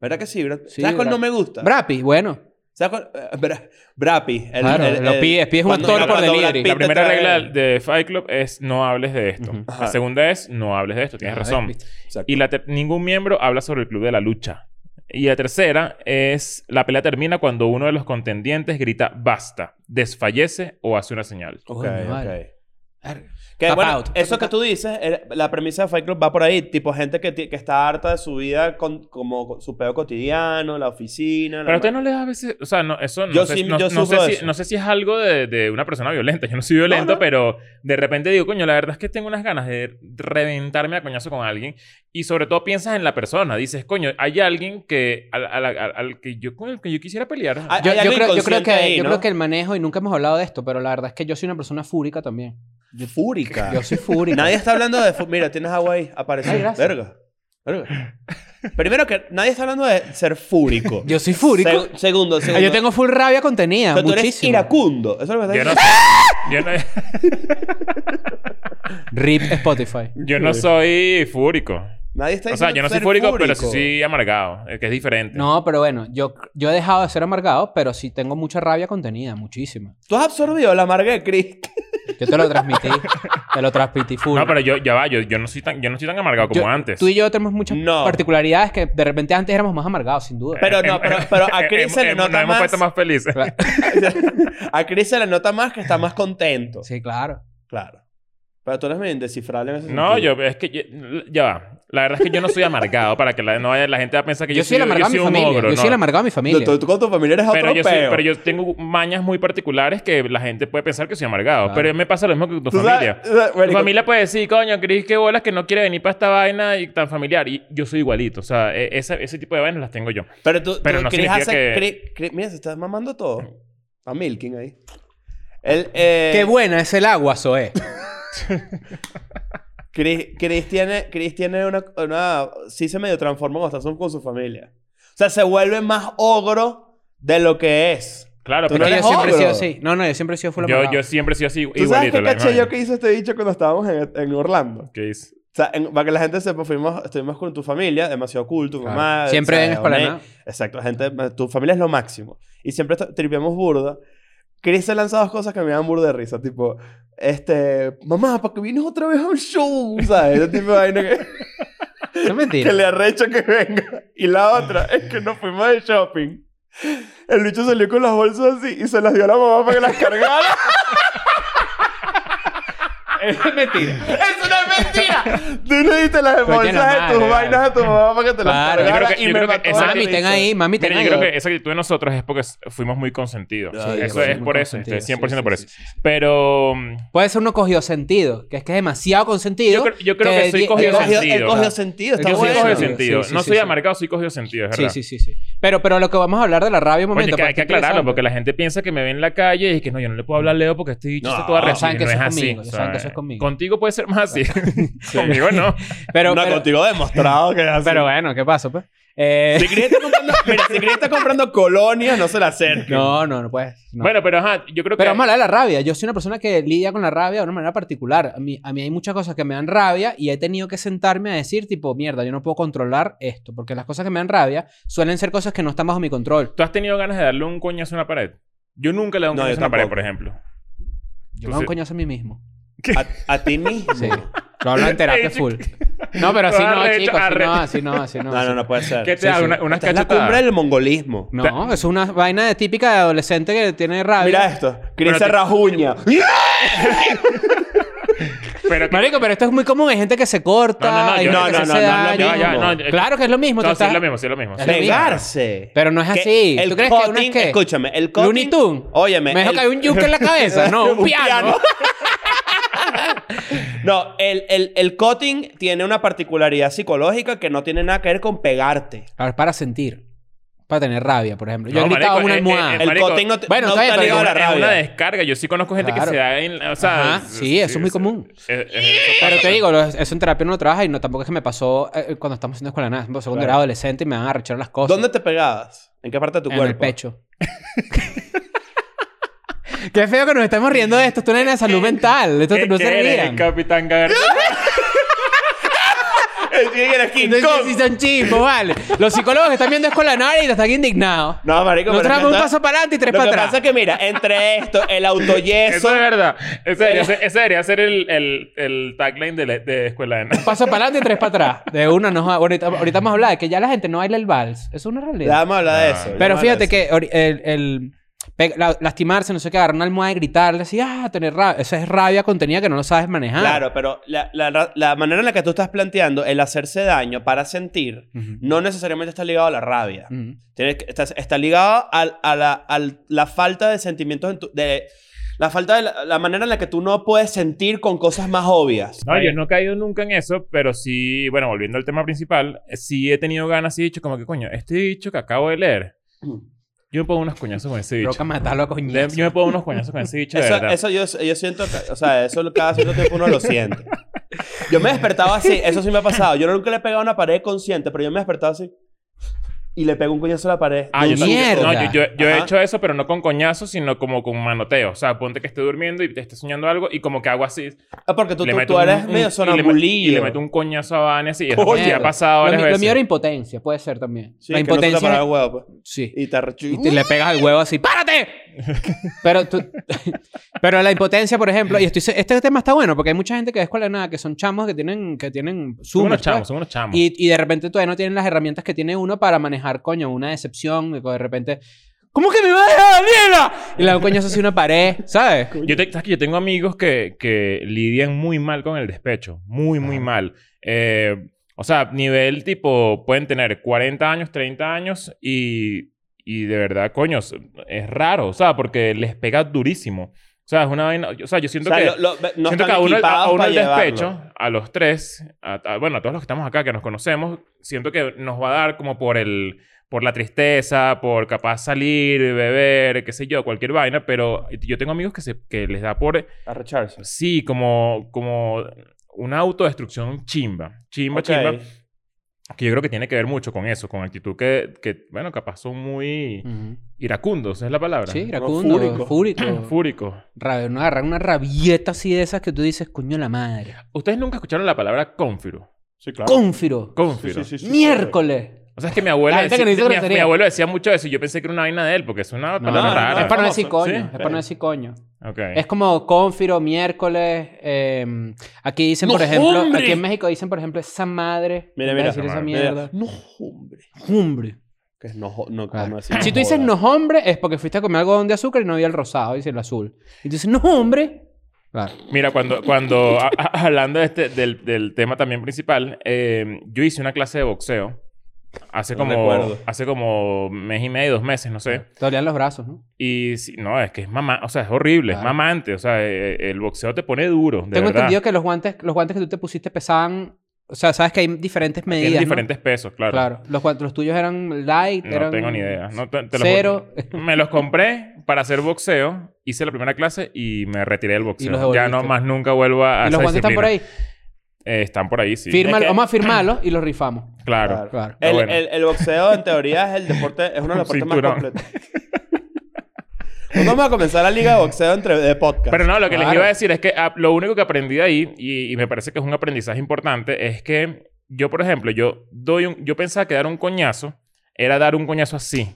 [SPEAKER 3] ¿Verdad que sí? Brad-
[SPEAKER 4] Sí,
[SPEAKER 3] ¿Sabes cuál
[SPEAKER 4] Brad-
[SPEAKER 3] no me gusta?
[SPEAKER 4] Brad Pitt, bueno.
[SPEAKER 3] ¿Sabes cuál? Eh, Bra- Brapi. El,
[SPEAKER 4] Claro,
[SPEAKER 3] el-
[SPEAKER 4] lo
[SPEAKER 3] el-
[SPEAKER 4] pides, pides un
[SPEAKER 3] cuando-
[SPEAKER 4] actor por
[SPEAKER 3] cuando Brad
[SPEAKER 4] delivery.
[SPEAKER 3] Pitt
[SPEAKER 2] La
[SPEAKER 3] te
[SPEAKER 2] primera
[SPEAKER 3] trae-
[SPEAKER 2] regla de Fight Club es no hables de esto.
[SPEAKER 4] Ujú.
[SPEAKER 3] Ajá.
[SPEAKER 2] La segunda es no hables de esto, tienes
[SPEAKER 4] Ah,
[SPEAKER 2] razón.
[SPEAKER 4] ¿viste?
[SPEAKER 3] Exacto.
[SPEAKER 2] Y la ter- ningún miembro habla sobre el club de la lucha. Y la tercera es la pelea termina cuando uno de los contendientes grita basta, desfallece o hace una señal.
[SPEAKER 3] Ok,
[SPEAKER 4] Coño, vale.
[SPEAKER 3] ok. Que
[SPEAKER 4] Tap
[SPEAKER 3] bueno,
[SPEAKER 4] out.
[SPEAKER 3] eso que tú dices, eh, la premisa de Fight Club va por ahí. Tipo, gente que, ti- que está harta de su vida con como con su pedo cotidiano, la oficina. la
[SPEAKER 2] Pero a usted
[SPEAKER 3] ma-
[SPEAKER 2] no le da a veces. O sea, no, eso no,
[SPEAKER 3] Yo
[SPEAKER 2] sé,
[SPEAKER 3] sí-
[SPEAKER 2] no,
[SPEAKER 3] yo
[SPEAKER 2] no
[SPEAKER 3] sufro de
[SPEAKER 2] sé
[SPEAKER 3] eso.
[SPEAKER 2] si, no sé si es algo de, de una persona violenta. Yo no soy violento,
[SPEAKER 3] No, no.
[SPEAKER 2] pero de repente digo, coño, la verdad es que tengo unas ganas de reventarme a coñazo con alguien. Y sobre todo piensas en la persona. Dices, coño, hay alguien que, al, al- al- al que yo, con el que yo quisiera pelear.
[SPEAKER 3] Hay-
[SPEAKER 4] Yo,
[SPEAKER 3] hay algo
[SPEAKER 4] yo creo, yo creo
[SPEAKER 3] inconsciente
[SPEAKER 4] que,
[SPEAKER 3] ahí,
[SPEAKER 4] yo
[SPEAKER 3] ¿no?
[SPEAKER 4] creo que el manejo, y nunca hemos hablado de esto, pero la verdad es que yo soy una persona fúrica también.
[SPEAKER 3] Fúrica.
[SPEAKER 4] Yo soy fúrica.
[SPEAKER 3] Nadie está hablando de... fu- Mira, tienes agua ahí. Apareció.
[SPEAKER 4] Ay, gracias.
[SPEAKER 3] Verga. Verga. Primero que nadie está hablando de ser fúrico.
[SPEAKER 4] Yo soy fúrico.
[SPEAKER 3] Seg- segundo,
[SPEAKER 4] Ah,
[SPEAKER 3] segundo.
[SPEAKER 4] yo tengo full rabia contenida.
[SPEAKER 3] O sea, tú eres
[SPEAKER 4] muchísimo.
[SPEAKER 3] iracundo. Eso es lo que está
[SPEAKER 2] Yo no,
[SPEAKER 3] diciendo.
[SPEAKER 2] yo no,
[SPEAKER 4] Rip Spotify.
[SPEAKER 2] yo no soy fúrico.
[SPEAKER 3] Nadie está
[SPEAKER 2] O sea,
[SPEAKER 3] diciendo
[SPEAKER 2] yo no soy
[SPEAKER 3] ser
[SPEAKER 2] fúrico, pero sí, sí amargado, eh, que es diferente.
[SPEAKER 4] No, pero bueno, yo, yo he dejado de ser amargado, pero sí tengo mucha rabia contenida, muchísima.
[SPEAKER 3] Tú has absorbido la amarga de Chris.
[SPEAKER 4] Yo te lo transmití. te lo transmití full.
[SPEAKER 2] No, pero yo, ya va, yo, yo no soy tan, yo no soy tan amargado como
[SPEAKER 4] Yo-
[SPEAKER 2] antes.
[SPEAKER 4] Tú y yo tenemos muchas
[SPEAKER 3] No.
[SPEAKER 4] particularidades que de repente antes éramos más amargados, sin duda.
[SPEAKER 3] Pero
[SPEAKER 2] Em,
[SPEAKER 3] no, pero, pero a Chris se
[SPEAKER 2] Hemos-
[SPEAKER 3] le
[SPEAKER 2] em, nos
[SPEAKER 3] nota
[SPEAKER 2] hemos puesto
[SPEAKER 3] más.
[SPEAKER 2] más felices.
[SPEAKER 4] Claro.
[SPEAKER 3] A Chris se le nota más que está más contento.
[SPEAKER 4] Sí, claro.
[SPEAKER 3] Claro. Pero tú eres medio indescifrable en ese sentido.
[SPEAKER 2] No, yo, es que yo- ya va. La verdad es que yo no soy amargado para que la, no vaya- la gente va a pensar que
[SPEAKER 4] Yo,
[SPEAKER 2] yo,
[SPEAKER 4] soy el amargado de mi
[SPEAKER 2] un
[SPEAKER 4] familia.
[SPEAKER 2] ogro,
[SPEAKER 4] yo soy
[SPEAKER 2] no.
[SPEAKER 4] el amargado de mi familia.
[SPEAKER 3] No, Tú, tú con tu familia eres otro
[SPEAKER 2] pero yo, soy-
[SPEAKER 3] peo.
[SPEAKER 2] pero yo tengo mañas muy particulares que la gente puede pensar que soy amargado.
[SPEAKER 4] Claro. eh,
[SPEAKER 2] Pero me pasa lo mismo que con tu
[SPEAKER 3] Tú sabes-
[SPEAKER 2] familia.
[SPEAKER 3] tú sabes,
[SPEAKER 2] Tu
[SPEAKER 3] marico,
[SPEAKER 2] familia puede decir, coño, Cris, qué bolas que no quiere venir para esta vaina y tan familiar. Y yo soy igualito. O sea, e- esa- ese tipo de vainas las tengo yo.
[SPEAKER 3] Pero tú,
[SPEAKER 2] pero
[SPEAKER 3] tú-
[SPEAKER 2] no
[SPEAKER 3] Chris
[SPEAKER 2] significa
[SPEAKER 3] hace-
[SPEAKER 2] que-
[SPEAKER 3] Chris- Chris- mira, se está mamando todo. A Milking ahí. Él, eh,
[SPEAKER 4] Qué buena es el agua, Zoé.
[SPEAKER 3] Chris, Chris tiene, Chris tiene una, una... Sí se medio transforma cuando está con su familia. O sea, se vuelve más ogro de lo que es.
[SPEAKER 2] Claro,
[SPEAKER 3] Tú
[SPEAKER 2] pero
[SPEAKER 3] no
[SPEAKER 4] yo
[SPEAKER 3] eres
[SPEAKER 4] siempre he
[SPEAKER 3] ogro.
[SPEAKER 4] sido así. No, no, yo siempre he sido full
[SPEAKER 2] yo,
[SPEAKER 4] amargado.
[SPEAKER 2] yo siempre he sido así
[SPEAKER 3] ¿Tú sabes
[SPEAKER 2] igualito.
[SPEAKER 3] qué
[SPEAKER 2] la
[SPEAKER 3] caché
[SPEAKER 2] misma
[SPEAKER 3] yo que hizo este bicho cuando estábamos en, en Orlando?
[SPEAKER 2] vaina. ¿Qué hice?
[SPEAKER 3] O sea, en- para que la gente sepa, fuimos, estuvimos con tu familia, demasiado cool, tu
[SPEAKER 4] Claro.
[SPEAKER 3] mamá.
[SPEAKER 4] Siempre
[SPEAKER 3] ¿sabes?
[SPEAKER 4] ven es para
[SPEAKER 3] Oné.
[SPEAKER 4] nada.
[SPEAKER 3] Exacto, gente, tu familia es lo máximo. Y siempre está- tripeamos burda. Chris se lanza dos cosas que me dan burda de risa, tipo, este, mamá, ¿para que vienes otra vez a un show? ¿Sabes? Ese tipo de vaina que,
[SPEAKER 4] No es mentira.
[SPEAKER 3] que le arrecho que venga. Y la otra es que nos fuimos de shopping. El bicho salió con las bolsas así y se las dio a la mamá para que las cargara.
[SPEAKER 4] Es mentira.
[SPEAKER 3] ¡Eso no es mentira! Tú no diste las
[SPEAKER 4] Coño,
[SPEAKER 3] bolsas
[SPEAKER 4] la
[SPEAKER 3] de tus
[SPEAKER 4] madre,
[SPEAKER 3] vainas a tu mamá para que te las
[SPEAKER 4] Claro, yo
[SPEAKER 3] cargara.
[SPEAKER 2] creo que-
[SPEAKER 3] y
[SPEAKER 2] yo
[SPEAKER 3] me
[SPEAKER 2] creo que
[SPEAKER 3] mató
[SPEAKER 2] esa-
[SPEAKER 3] de
[SPEAKER 4] Mami,
[SPEAKER 3] risa.
[SPEAKER 4] ten ahí, mami, ten
[SPEAKER 2] Mira,
[SPEAKER 4] ahí.
[SPEAKER 2] yo creo que esa actitud de nosotros es porque s- fuimos muy consentidos.
[SPEAKER 3] Sí,
[SPEAKER 2] eso
[SPEAKER 3] fuimos
[SPEAKER 2] es
[SPEAKER 4] muy
[SPEAKER 2] por eso, este,
[SPEAKER 4] consentidos, sí,
[SPEAKER 2] 100% por
[SPEAKER 4] sí,
[SPEAKER 2] eso.
[SPEAKER 4] sí,
[SPEAKER 2] Pero mm,
[SPEAKER 4] Puede ser uno cogido sentido, que es que es demasiado consentido.
[SPEAKER 2] Yo creo- yo creo que soy
[SPEAKER 4] di-
[SPEAKER 2] cogido
[SPEAKER 3] Él cogió,
[SPEAKER 2] sentido,
[SPEAKER 3] él cogió
[SPEAKER 2] ajá.
[SPEAKER 3] sentido, está
[SPEAKER 2] yo soy
[SPEAKER 3] bueno.
[SPEAKER 2] cogido sentido.
[SPEAKER 4] Sí, sí,
[SPEAKER 2] no
[SPEAKER 4] sí,
[SPEAKER 2] soy
[SPEAKER 4] sí.
[SPEAKER 2] amargado, soy cogido sentido, es
[SPEAKER 4] Sí,
[SPEAKER 2] verdad.
[SPEAKER 4] sí, sí, sí. Pero, pero lo que vamos a hablar de la rabia un
[SPEAKER 2] Coño,
[SPEAKER 4] momento.
[SPEAKER 2] que
[SPEAKER 4] pues,
[SPEAKER 2] hay
[SPEAKER 4] porque
[SPEAKER 2] que
[SPEAKER 4] es interesante.
[SPEAKER 2] aclararlo porque la gente piensa que me ve en la calle y que no, yo no le puedo hablar a Leo porque este bicho
[SPEAKER 3] No,
[SPEAKER 2] está toda
[SPEAKER 3] no
[SPEAKER 2] recién.
[SPEAKER 4] saben que
[SPEAKER 2] No es
[SPEAKER 4] eso es
[SPEAKER 2] así.
[SPEAKER 4] conmigo, no saben que eso es conmigo.
[SPEAKER 2] Contigo puede ser más así. conmigo no.
[SPEAKER 4] Pero,
[SPEAKER 3] no,
[SPEAKER 4] pero,
[SPEAKER 3] contigo he demostrado que es así.
[SPEAKER 4] pero bueno, ¿qué pasó, pues? Eh,
[SPEAKER 3] si Chris está comprando, mira, si Chris está comprando colonias, no se la acerque.
[SPEAKER 4] no, no, no puedes. no.
[SPEAKER 2] Bueno, pero ajá, yo creo que.
[SPEAKER 4] pero vamos a hablar de la rabia. Yo soy una persona que lidia con la rabia de una manera particular. A mí, a mí hay muchas cosas que me dan rabia y he tenido que sentarme a decir, tipo, mierda, yo no puedo controlar esto. Porque las cosas que me dan rabia suelen ser cosas que no están bajo mi control.
[SPEAKER 2] ¿Tú has tenido ganas de darle un coñazo a una pared? Yo nunca le doy un
[SPEAKER 3] No,
[SPEAKER 2] coñazo
[SPEAKER 3] yo
[SPEAKER 2] a una pared,
[SPEAKER 3] tampoco.
[SPEAKER 2] por ejemplo. Tú
[SPEAKER 4] Yo me da un
[SPEAKER 2] sí.
[SPEAKER 4] coñazo a mí mismo.
[SPEAKER 3] A, a ti mismo.
[SPEAKER 4] Sí. Lo hablo en terapia full. No, pero así no,
[SPEAKER 2] Arrecho,
[SPEAKER 4] chicos. Así
[SPEAKER 2] arrecho.
[SPEAKER 4] no, así no, así no.
[SPEAKER 3] No,
[SPEAKER 4] así
[SPEAKER 3] no, no puede ser.
[SPEAKER 2] ¿Qué te
[SPEAKER 4] Sí,
[SPEAKER 2] da?
[SPEAKER 4] sí.
[SPEAKER 2] Una- unas
[SPEAKER 3] Esta es la
[SPEAKER 2] cachetadas.
[SPEAKER 3] cumbre del mongolismo.
[SPEAKER 4] No, es una vaina de típica de adolescente que tiene rabia.
[SPEAKER 3] Mira esto. Chris
[SPEAKER 2] Pero te-
[SPEAKER 3] se rajuña.
[SPEAKER 2] Pero que-
[SPEAKER 4] Marico, pero esto es muy común. Hay gente que se corta.
[SPEAKER 2] No, no, no,
[SPEAKER 4] hay
[SPEAKER 2] yo-
[SPEAKER 4] gente
[SPEAKER 3] no,
[SPEAKER 4] que
[SPEAKER 3] no,
[SPEAKER 4] se
[SPEAKER 3] no,
[SPEAKER 4] hace
[SPEAKER 3] no,
[SPEAKER 4] daño.
[SPEAKER 3] no, no,
[SPEAKER 2] no,
[SPEAKER 4] claro que es lo mismo.
[SPEAKER 2] No,
[SPEAKER 4] tú
[SPEAKER 2] sí, es
[SPEAKER 4] estás-
[SPEAKER 2] lo mismo, sí, es lo mismo.
[SPEAKER 4] Es lo mismo.
[SPEAKER 3] Pegarse.
[SPEAKER 4] Pero no es
[SPEAKER 3] Que
[SPEAKER 4] así. ¿Tú crees que uno es
[SPEAKER 3] cutting-
[SPEAKER 4] qué?
[SPEAKER 3] Escúchame, el cutting...
[SPEAKER 4] Looney Tunes.
[SPEAKER 3] Óyeme.
[SPEAKER 4] Me dijo
[SPEAKER 3] el-
[SPEAKER 4] que hay un yuca en la cabeza. No, un, piano.
[SPEAKER 3] no, el, el, el cutting tiene una particularidad psicológica que no tiene nada que ver con pegarte.
[SPEAKER 4] Claro, es para sentir. Para tener rabia, por ejemplo. Yo
[SPEAKER 2] No,
[SPEAKER 4] he gritado
[SPEAKER 2] marico,
[SPEAKER 4] una
[SPEAKER 2] eh,
[SPEAKER 4] almohada.
[SPEAKER 2] eh,
[SPEAKER 3] El
[SPEAKER 2] Marico,
[SPEAKER 3] cutting no, te-
[SPEAKER 4] bueno,
[SPEAKER 3] no
[SPEAKER 4] está bien,
[SPEAKER 3] está
[SPEAKER 4] pero
[SPEAKER 3] ligado a la
[SPEAKER 2] Es una
[SPEAKER 3] rabia.
[SPEAKER 2] descarga. Yo sí conozco gente
[SPEAKER 4] Claro.
[SPEAKER 2] que se da en... O sea,
[SPEAKER 4] Ajá, sí, eso es muy común.
[SPEAKER 2] eh, eh,
[SPEAKER 4] Pero te digo, lo- eso en terapia no lo trabaja y no, tampoco es que me pasó eh, cuando estamos haciendo escuela de nada. Cuando
[SPEAKER 3] Claro.
[SPEAKER 4] era adolescente y me van a arrechar las cosas.
[SPEAKER 3] ¿Dónde te pegabas? ¿En qué parte de tu
[SPEAKER 4] Oh, en
[SPEAKER 3] cuerpo?
[SPEAKER 4] el pecho. Qué feo que nos estemos riendo de esto. Esto no es de salud mental. Esto
[SPEAKER 2] ¿Qué
[SPEAKER 4] no se
[SPEAKER 2] quieres,
[SPEAKER 4] rían.
[SPEAKER 2] Capitán Garfio?
[SPEAKER 3] El que era King
[SPEAKER 4] Entonces,
[SPEAKER 3] Kong.
[SPEAKER 4] sí son chismos, vale. Los psicólogos que están viendo Escuela Nara y están indignados.
[SPEAKER 3] No, marico,
[SPEAKER 4] Nosotros
[SPEAKER 3] pero
[SPEAKER 4] damos un
[SPEAKER 3] está-
[SPEAKER 4] paso para adelante y tres
[SPEAKER 3] Lo
[SPEAKER 4] para
[SPEAKER 3] que
[SPEAKER 4] atrás.
[SPEAKER 3] pasa es que, mira, entre esto, el
[SPEAKER 2] Eso
[SPEAKER 3] autoyeso...
[SPEAKER 2] es verdad. Ese debería ser, ese debería ser el, el, el tagline de, la- de Escuela de Nada.
[SPEAKER 4] Paso para adelante y tres para atrás. De una nos va- ahorita, ahorita vamos a hablar de que ya la gente no baila el vals. Eso es una
[SPEAKER 3] Ya
[SPEAKER 4] realidad.
[SPEAKER 3] vamos a hablar de eso. ya
[SPEAKER 4] Pero
[SPEAKER 3] vamos a hablar
[SPEAKER 4] fíjate
[SPEAKER 3] de eso.
[SPEAKER 4] que ori- el, el- pe- la- lastimarse, no sé qué, agarrar una almohada y gritarle así, ah, tener rabia. Esa es rabia contenida que no lo sabes manejar.
[SPEAKER 3] Claro, pero la, la ra- la manera en la que tú estás planteando el hacerse daño para sentir
[SPEAKER 4] Ujú.
[SPEAKER 3] no necesariamente está ligado a la rabia.
[SPEAKER 4] Ujú.
[SPEAKER 3] Tiene que- está, está ligado al- a, la, al- la falta de sentimientos en tu- de la falta de la, la manera en la que tú no puedes sentir con cosas más obvias.
[SPEAKER 2] No, yo no he caído nunca en eso, pero sí, bueno, volviendo al tema principal, eh, sí he tenido ganas y he dicho como que, coño, este dicho que acabo de leer, yo me pongo unos coñazos con ese dicho.
[SPEAKER 4] Roca matarlo a
[SPEAKER 2] De-
[SPEAKER 4] coñazo.
[SPEAKER 2] yo me pongo unos coñazos con ese dicho, de
[SPEAKER 3] Eso,
[SPEAKER 2] verdad.
[SPEAKER 3] eso yo, yo siento, que- o sea, eso lo- cada cierto tiempo uno lo siente. Yo me despertaba así, eso sí me ha pasado. Yo nunca le he pegado a una pared consciente, pero yo me he despertado así y le pego un coñazo a la pared.
[SPEAKER 2] Ah, yo
[SPEAKER 3] Nunca-
[SPEAKER 2] también-
[SPEAKER 4] mierda.
[SPEAKER 2] No, yo, yo- yo he
[SPEAKER 3] Ajá.
[SPEAKER 2] hecho eso, pero no con coñazos, sino como con manoteo. O sea, ponte que esté durmiendo y te esté soñando algo y como que hago así.
[SPEAKER 3] Ah, porque tú,
[SPEAKER 2] le
[SPEAKER 3] tú-
[SPEAKER 2] meto
[SPEAKER 3] tú
[SPEAKER 2] un-
[SPEAKER 3] eres
[SPEAKER 2] un-
[SPEAKER 3] medio
[SPEAKER 2] y le met-
[SPEAKER 3] sonambulillo.
[SPEAKER 2] Y le meto un coñazo a Vane así. Y eso
[SPEAKER 3] Coño.
[SPEAKER 2] me ha pasado
[SPEAKER 4] lo,
[SPEAKER 2] varias
[SPEAKER 4] mi- lo
[SPEAKER 2] veces.
[SPEAKER 4] mío era impotencia, puede ser también.
[SPEAKER 3] Sí,
[SPEAKER 4] la
[SPEAKER 3] que no se te
[SPEAKER 4] impotencia.
[SPEAKER 3] paraba el huevo, pues.
[SPEAKER 4] sí.
[SPEAKER 3] Y te arrechu-
[SPEAKER 4] Y te le pegas al huevo así, ¡párate! Pero tú... Pero la impotencia, por ejemplo, y estoy, se- este tema está bueno porque hay mucha gente que es cuál es nada, que son chamos que tienen, que tienen
[SPEAKER 2] Son
[SPEAKER 4] Zoom,
[SPEAKER 2] unos
[SPEAKER 4] ¿sabes?
[SPEAKER 2] chamos, son unos chamos.
[SPEAKER 4] Y, y de repente todavía no tienen las herramientas que tiene uno para manejar, coño, una decepción. y De repente, ¿cómo que me va a dejar Daniela? Y la coño hace una pared, ¿sabes?
[SPEAKER 2] Yo, te- sabes que yo tengo amigos que, que lidian muy mal con el despecho. Muy, muy mal. Eh, o sea, nivel tipo, pueden tener 40 años, 30 años y, y de verdad, coño, es- es raro. O sea, porque les pega durísimo. O sea, es una vaina. O sea, yo
[SPEAKER 3] O
[SPEAKER 2] siento
[SPEAKER 3] sea,
[SPEAKER 2] que.
[SPEAKER 3] lo- lo- no
[SPEAKER 2] siento
[SPEAKER 3] están
[SPEAKER 2] que a uno, a- a
[SPEAKER 3] equipados
[SPEAKER 2] uno
[SPEAKER 3] para
[SPEAKER 2] el
[SPEAKER 3] llevarlo.
[SPEAKER 2] despecho, a los tres, a- a- bueno, a todos los que estamos acá, que nos conocemos, siento que nos va a dar como por el por la tristeza, por capaz salir, beber, qué sé yo, cualquier vaina, pero yo tengo amigos que, se, que les da por,
[SPEAKER 3] Arrecharse.
[SPEAKER 2] sí, como, como una autodestrucción chimba, chimba,
[SPEAKER 3] Ok.
[SPEAKER 2] chimba, que yo creo que tiene que ver mucho con eso, con actitud que, que bueno, capaz son muy iracundos, es la palabra.
[SPEAKER 4] Sí,
[SPEAKER 3] fúrico.
[SPEAKER 4] iracundo, fúrico.
[SPEAKER 2] Fúricos.
[SPEAKER 4] Rabia, uno agarra una rabieta así de esas que tú dices, coño la madre.
[SPEAKER 2] Ustedes nunca escucharon la palabra cónfiro.
[SPEAKER 3] Sí, claro.
[SPEAKER 4] Cónfiro.
[SPEAKER 2] Cónfiro.
[SPEAKER 4] Miércoles.
[SPEAKER 2] O sea, es que mi abuela,
[SPEAKER 4] La gente
[SPEAKER 2] decí-
[SPEAKER 4] que no hizo
[SPEAKER 2] mi- mi,
[SPEAKER 4] grosería.
[SPEAKER 2] abuelo decía mucho eso y yo pensé que era una vaina de él porque es una palabra
[SPEAKER 3] no, no,
[SPEAKER 2] rara.
[SPEAKER 3] Ah,
[SPEAKER 4] es para no decir
[SPEAKER 3] famoso.
[SPEAKER 4] coño.
[SPEAKER 2] Sí,
[SPEAKER 4] es para no decir coño.
[SPEAKER 2] Ok.
[SPEAKER 4] Es como Confiro, miércoles. eh, aquí dicen, por ejemplo,
[SPEAKER 3] hombre!
[SPEAKER 4] aquí en México dicen, por ejemplo, esa madre.
[SPEAKER 3] Mira, mira,
[SPEAKER 4] en vez de decir
[SPEAKER 2] esa
[SPEAKER 4] esa
[SPEAKER 2] madre,
[SPEAKER 3] Mira,
[SPEAKER 4] mierda.
[SPEAKER 3] no, hombre.
[SPEAKER 4] Hombre.
[SPEAKER 3] Que es no, jo-
[SPEAKER 2] Ah,
[SPEAKER 3] no,
[SPEAKER 4] Claro.
[SPEAKER 3] no decir
[SPEAKER 4] Ah. Si tú dices
[SPEAKER 3] joda.
[SPEAKER 4] no hombre, es porque fuiste a comer algodón de azúcar y no había el rosado, dice el azul. Y tú dices no hombre. Claro.
[SPEAKER 2] Mira, cuando, cuando a- a- hablando de este- del, del tema también principal, eh, yo hice una clase de boxeo hace
[SPEAKER 3] No
[SPEAKER 2] como,
[SPEAKER 3] recuerdo.
[SPEAKER 2] hace como mes y medio, dos meses, no sé.
[SPEAKER 4] Te dolían los brazos, ¿no?
[SPEAKER 2] Y sí, no, es que es mamá, o sea, es horrible, es
[SPEAKER 4] Claro.
[SPEAKER 2] mamante. O sea, eh, el boxeo te pone duro. De
[SPEAKER 4] Tengo
[SPEAKER 2] verdad.
[SPEAKER 4] entendido que los guantes, los guantes que tú te pusiste pesaban. O sea, sabes que hay diferentes medidas.
[SPEAKER 2] Tienes
[SPEAKER 4] ¿no?
[SPEAKER 2] diferentes pesos, claro.
[SPEAKER 4] Claro. Los, guantes, los tuyos eran light,
[SPEAKER 2] No
[SPEAKER 4] eran-
[SPEAKER 2] tengo ni idea. No, te- te los-
[SPEAKER 4] mm, Cero.
[SPEAKER 2] Me los compré para hacer boxeo. Hice la primera clase y me retiré del
[SPEAKER 4] Y los
[SPEAKER 2] boxeo. Ya
[SPEAKER 4] devolviste.
[SPEAKER 2] no más nunca vuelvo a
[SPEAKER 4] Y
[SPEAKER 2] esa
[SPEAKER 4] los guantes están por
[SPEAKER 2] disciplina.
[SPEAKER 4] ahí.
[SPEAKER 2] Eh, están por ahí, sí.
[SPEAKER 4] Fírmalo,
[SPEAKER 3] Es que-
[SPEAKER 4] vamos a firmarlos y los rifamos.
[SPEAKER 2] Claro.
[SPEAKER 3] Claro.
[SPEAKER 4] Claro.
[SPEAKER 3] El,
[SPEAKER 2] Bueno.
[SPEAKER 3] el, el boxeo, en teoría, es el deporte, es uno de los
[SPEAKER 2] Un
[SPEAKER 3] deportes más
[SPEAKER 2] cinturón.
[SPEAKER 3] completos. Pues vamos a comenzar la liga de boxeo entre, de podcast.
[SPEAKER 2] Pero no, lo que les
[SPEAKER 4] Claro.
[SPEAKER 2] iba a decir es que ah, lo único que aprendí de ahí, y, y me parece que es un aprendizaje importante, es que yo, por ejemplo, yo doy un, yo pensaba que dar un coñazo era dar un coñazo así.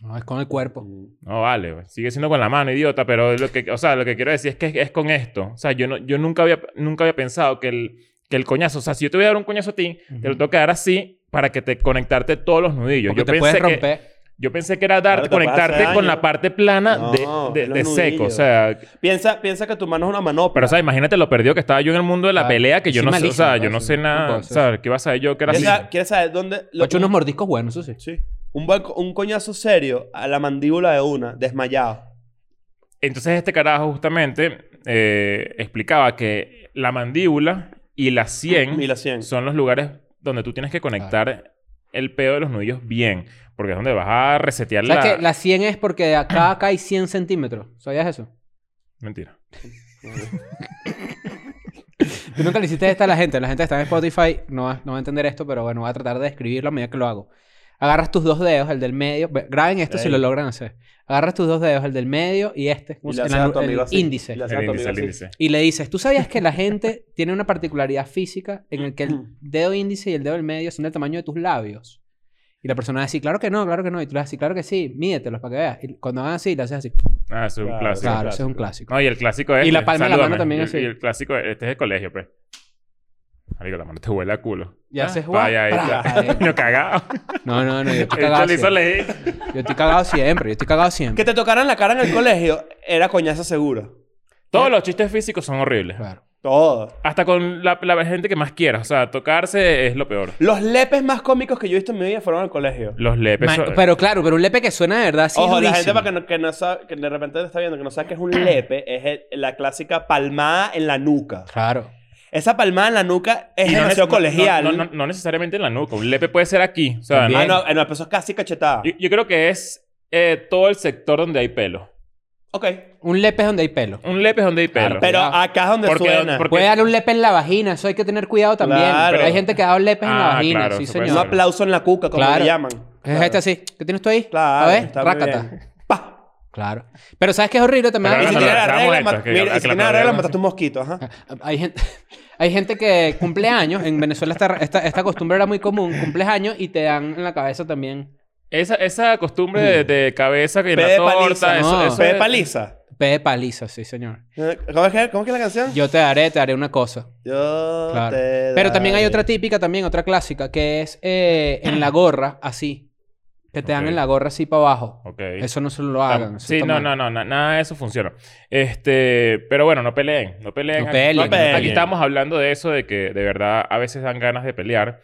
[SPEAKER 4] No, es con el cuerpo.
[SPEAKER 2] No vale, güey. sigue siendo con la mano, idiota, pero lo que, o sea, lo que quiero decir es que es, es con esto. O sea, yo, no, yo nunca, había, nunca había pensado que el, que el coñazo, o sea, si yo te voy a dar un coñazo a ti, te lo tengo que dar así para que te conectarte todos los nudillos.
[SPEAKER 4] Porque
[SPEAKER 2] Yo
[SPEAKER 4] te
[SPEAKER 2] pensé,
[SPEAKER 4] puedes
[SPEAKER 2] que,
[SPEAKER 4] romper.
[SPEAKER 2] yo pensé que era darte,
[SPEAKER 3] Claro, te puedes
[SPEAKER 2] conectarte
[SPEAKER 3] hacer
[SPEAKER 2] con
[SPEAKER 3] daño.
[SPEAKER 2] la parte plana de-
[SPEAKER 3] No,
[SPEAKER 2] de,
[SPEAKER 3] es los
[SPEAKER 2] de seco, o
[SPEAKER 3] nudillos.
[SPEAKER 2] sea,
[SPEAKER 3] Piensa, piensa que tu mano es una manopla.
[SPEAKER 2] pero, o sea, imagínate lo perdido que estaba yo en el mundo de la
[SPEAKER 4] Claro.
[SPEAKER 2] pelea, que yo
[SPEAKER 4] Sí,
[SPEAKER 2] no sé, o
[SPEAKER 4] malísimo,
[SPEAKER 2] sea,
[SPEAKER 4] puede
[SPEAKER 2] yo no
[SPEAKER 4] ser.
[SPEAKER 2] sé
[SPEAKER 4] No
[SPEAKER 2] nada,
[SPEAKER 4] puede ser.
[SPEAKER 2] ¿sabes? ¿Qué vas a saber yo que era
[SPEAKER 3] ¿Quieres
[SPEAKER 2] así?
[SPEAKER 3] saber, quieres saber dónde...?
[SPEAKER 4] He
[SPEAKER 3] lo-
[SPEAKER 4] hecho unos mordiscos buenos, eso sí.
[SPEAKER 3] Sí. Un, buen co- un coñazo serio a la mandíbula de una, desmayado.
[SPEAKER 2] Entonces este carajo justamente eh, explicaba que la mandíbula y la sien
[SPEAKER 3] Y la 100.
[SPEAKER 2] son los lugares donde tú tienes que conectar el pedo de los nudillos bien, porque es donde vas a resetear la...
[SPEAKER 4] ¿Sabes que la 100 es porque de acá a acá hay 100 centímetros? ¿Sabías eso?
[SPEAKER 2] Mentira.
[SPEAKER 4] Tú nunca le hiciste esta a la gente. La gente que está en Spotify no va, no va a entender esto, pero bueno, voy a tratar de describirlo a medida que lo hago. Agarras tus dos dedos, el del medio. ve- Graben esto si
[SPEAKER 3] Ey.
[SPEAKER 4] lo logran hacer. Agarras tus dos dedos, el del medio y este,
[SPEAKER 3] Y
[SPEAKER 4] como
[SPEAKER 3] le
[SPEAKER 4] se-
[SPEAKER 3] haces
[SPEAKER 4] la-
[SPEAKER 3] a tu
[SPEAKER 4] el
[SPEAKER 3] amigo así.
[SPEAKER 4] índice.
[SPEAKER 3] Y le haces a
[SPEAKER 2] El
[SPEAKER 3] tu
[SPEAKER 2] índice,
[SPEAKER 3] amigo
[SPEAKER 2] el
[SPEAKER 3] así.
[SPEAKER 2] índice.
[SPEAKER 4] Y le dices, ¿tú sabías que la gente tiene una particularidad física en el que
[SPEAKER 3] Mm.
[SPEAKER 4] el dedo índice y el dedo del medio son del tamaño de tus labios? Y la persona va a decir, claro que no, claro que no. Y tú le vas a decir, claro que sí, mídetelos para que veas. Y cuando hagan así, le haces así.
[SPEAKER 2] Ah, eso es un
[SPEAKER 3] Claro,
[SPEAKER 2] clásico.
[SPEAKER 4] Claro, ese es un
[SPEAKER 3] clásico.
[SPEAKER 4] clásico.
[SPEAKER 2] No, y el clásico es...
[SPEAKER 4] Y la palma de la mano
[SPEAKER 2] salúdame.
[SPEAKER 4] también
[SPEAKER 2] Y el-
[SPEAKER 4] así.
[SPEAKER 2] Y el clásico, este es el colegio, pues. Marico, la mano te huele a culo.
[SPEAKER 4] Y
[SPEAKER 3] Ah,
[SPEAKER 4] haces guau.
[SPEAKER 2] Vaya, ahí
[SPEAKER 4] pra,
[SPEAKER 2] está.
[SPEAKER 4] eh.
[SPEAKER 2] Coño, cagado.
[SPEAKER 4] No, no, no. Yo estoy
[SPEAKER 2] El
[SPEAKER 4] cagado
[SPEAKER 2] chorizo
[SPEAKER 4] siempre.
[SPEAKER 2] le
[SPEAKER 4] Yo estoy cagado siempre. Yo estoy cagado
[SPEAKER 3] Que
[SPEAKER 4] siempre.
[SPEAKER 3] te tocaran la cara en el colegio era coñazo seguro.
[SPEAKER 2] Todos los chistes físicos son horribles.
[SPEAKER 4] Claro.
[SPEAKER 3] Todo.
[SPEAKER 2] Hasta con la, la gente que más quieras. O sea, tocarse es lo peor.
[SPEAKER 3] Los lepes más cómicos que yo he visto en mi vida fueron al colegio.
[SPEAKER 2] Los lepes.
[SPEAKER 4] Ma-
[SPEAKER 2] son-
[SPEAKER 4] pero claro, pero un lepe que suena de verdad así
[SPEAKER 3] Ojo, la gente
[SPEAKER 4] durísimo.
[SPEAKER 3] para que, no, que, no sabe- que de repente te está viendo que no sabe que es un lepe, es el- la clásica palmada en la nuca.
[SPEAKER 4] Claro.
[SPEAKER 3] Esa palmada en la nuca es
[SPEAKER 2] Y no
[SPEAKER 3] demasiado
[SPEAKER 2] nece-
[SPEAKER 3] colegial.
[SPEAKER 2] No, no- no- no necesariamente en la nuca. Un lepe puede ser aquí. O sea,
[SPEAKER 4] También.
[SPEAKER 3] Ah,
[SPEAKER 2] no-
[SPEAKER 3] no, eh, no, pero eso es casi cachetada.
[SPEAKER 2] yo, yo creo que es eh, todo el sector donde hay pelo.
[SPEAKER 3] Ok.
[SPEAKER 4] Un lepe es donde hay pelo.
[SPEAKER 2] Un lepe es donde hay pelo.
[SPEAKER 4] Claro,
[SPEAKER 3] Pero
[SPEAKER 4] Cuidado.
[SPEAKER 3] acá es donde
[SPEAKER 2] Porque-
[SPEAKER 3] suena.
[SPEAKER 2] porque-
[SPEAKER 4] Puede darle un lepe en la vagina. Eso hay que tener cuidado también.
[SPEAKER 3] Claro.
[SPEAKER 4] Pero hay gente que da un lepe en la
[SPEAKER 2] Ah,
[SPEAKER 4] vagina.
[SPEAKER 2] claro,
[SPEAKER 4] sí,
[SPEAKER 2] eso puede
[SPEAKER 4] señor.
[SPEAKER 3] Un aplauso en la cuca, como
[SPEAKER 4] Claro.
[SPEAKER 3] le llaman.
[SPEAKER 4] Es
[SPEAKER 3] Claro.
[SPEAKER 4] este así. ¿Qué tienes tú ahí?
[SPEAKER 3] Claro,
[SPEAKER 4] A ver,
[SPEAKER 3] está muy
[SPEAKER 4] rácata.
[SPEAKER 3] bien. ¡Pah!
[SPEAKER 4] Claro. Pero ¿sabes qué es horrible también?
[SPEAKER 2] Pero
[SPEAKER 3] Y
[SPEAKER 4] Hay
[SPEAKER 3] si
[SPEAKER 2] ahora
[SPEAKER 4] gente-
[SPEAKER 3] tiene
[SPEAKER 2] no, estamos
[SPEAKER 3] la regla,
[SPEAKER 2] hechos,
[SPEAKER 3] ma-
[SPEAKER 2] que
[SPEAKER 3] mira, y si
[SPEAKER 2] aclaramos
[SPEAKER 3] tiene la regla,
[SPEAKER 2] algo.
[SPEAKER 3] mataste un mosquito, ajá.
[SPEAKER 4] Hay gente, hay gente que cumple años. En Venezuela esta, esta, esta costumbre era muy común. Cumples años y te dan en la cabeza también
[SPEAKER 2] Esa, esa costumbre de, de cabeza que en
[SPEAKER 3] Pe de
[SPEAKER 2] la torta,
[SPEAKER 3] paliza,
[SPEAKER 2] eso,
[SPEAKER 4] Mm. no.
[SPEAKER 2] eso
[SPEAKER 3] Pe de
[SPEAKER 2] es-
[SPEAKER 3] paliza.
[SPEAKER 4] pe de paliza, sí, señor.
[SPEAKER 3] Eh, ¿Cómo es que, cómo es que es la canción?
[SPEAKER 4] Yo te daré, te daré una cosa.
[SPEAKER 3] Yo
[SPEAKER 4] Claro.
[SPEAKER 3] te
[SPEAKER 4] Pero también hay
[SPEAKER 3] daré.
[SPEAKER 4] otra típica también, otra clásica, que es eh, en la gorra, así. Que te dan
[SPEAKER 2] Ok.
[SPEAKER 4] en la gorra así para abajo.
[SPEAKER 2] Ok.
[SPEAKER 4] Eso no se lo
[SPEAKER 2] Está-
[SPEAKER 4] hagan. eso
[SPEAKER 2] Sí,
[SPEAKER 4] está
[SPEAKER 2] no,
[SPEAKER 4] mal.
[SPEAKER 2] no, no, na- nada de eso funciona. Este, pero bueno, no peleen, no peleen.
[SPEAKER 4] No
[SPEAKER 2] Aquí-
[SPEAKER 4] peleen,
[SPEAKER 3] no peleen.
[SPEAKER 2] Aquí estamos hablando de eso, de que de verdad a veces dan ganas de pelear.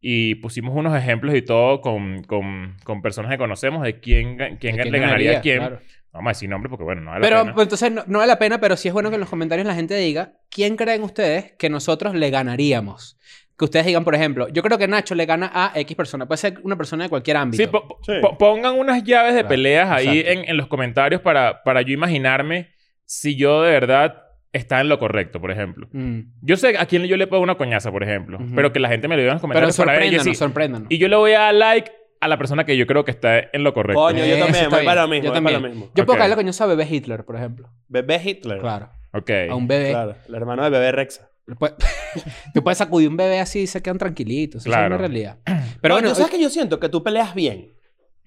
[SPEAKER 2] Y pusimos unos ejemplos y todo con, con, con personas que conocemos de quién, ga- quién,
[SPEAKER 4] ¿De quién
[SPEAKER 2] le ganaría
[SPEAKER 4] ganaría?
[SPEAKER 2] a quién.
[SPEAKER 4] Claro.
[SPEAKER 2] No vamos a decir nombres porque, bueno, no vale la
[SPEAKER 4] Pero
[SPEAKER 2] pena.
[SPEAKER 4] pues, entonces no, no vale la pena, pero sí es bueno que en los comentarios la gente diga quién creen ustedes que nosotros le ganaríamos. Que ustedes digan, por ejemplo, yo creo que Nacho le gana a X persona. Puede ser una persona de cualquier ámbito.
[SPEAKER 2] Sí, po- po-
[SPEAKER 3] Sí.
[SPEAKER 2] po- pongan unas llaves de
[SPEAKER 4] Claro,
[SPEAKER 2] peleas ahí
[SPEAKER 4] exacto.
[SPEAKER 2] en, en los comentarios para, para yo imaginarme si yo de verdad está en lo correcto, por ejemplo.
[SPEAKER 4] Mm.
[SPEAKER 2] Yo sé a quién yo le pego una coñaza, por ejemplo,
[SPEAKER 4] Ujú.
[SPEAKER 2] pero que la gente me lo diga en los
[SPEAKER 4] Pero
[SPEAKER 2] comentarios para ver. y yo
[SPEAKER 4] sorpréndanos,
[SPEAKER 2] sí-
[SPEAKER 4] sorpréndanos.
[SPEAKER 2] Y yo le voy a dar like a la persona que yo creo que está en lo correcto.
[SPEAKER 3] Coño, yo
[SPEAKER 4] Eso
[SPEAKER 3] también,
[SPEAKER 4] está
[SPEAKER 3] voy para lo
[SPEAKER 4] bien.
[SPEAKER 3] mismo,
[SPEAKER 4] Yo
[SPEAKER 3] voy para lo
[SPEAKER 4] también.
[SPEAKER 3] mismo.
[SPEAKER 4] Yo puedo
[SPEAKER 2] Ok.
[SPEAKER 4] caerle coñazo a bebé Hitler, por ejemplo.
[SPEAKER 3] Bebé Hitler.
[SPEAKER 4] Claro.
[SPEAKER 2] Ok.
[SPEAKER 4] A un bebé.
[SPEAKER 3] Claro, el hermano de Bebé Rexa.
[SPEAKER 4] Pu- Tú puedes sacudir un bebé así y se quedan tranquilitos. Eso
[SPEAKER 2] Claro.
[SPEAKER 4] es una realidad.
[SPEAKER 3] No,
[SPEAKER 4] Pero bueno,
[SPEAKER 3] ¿tú sabes que yo siento que tú peleas bien.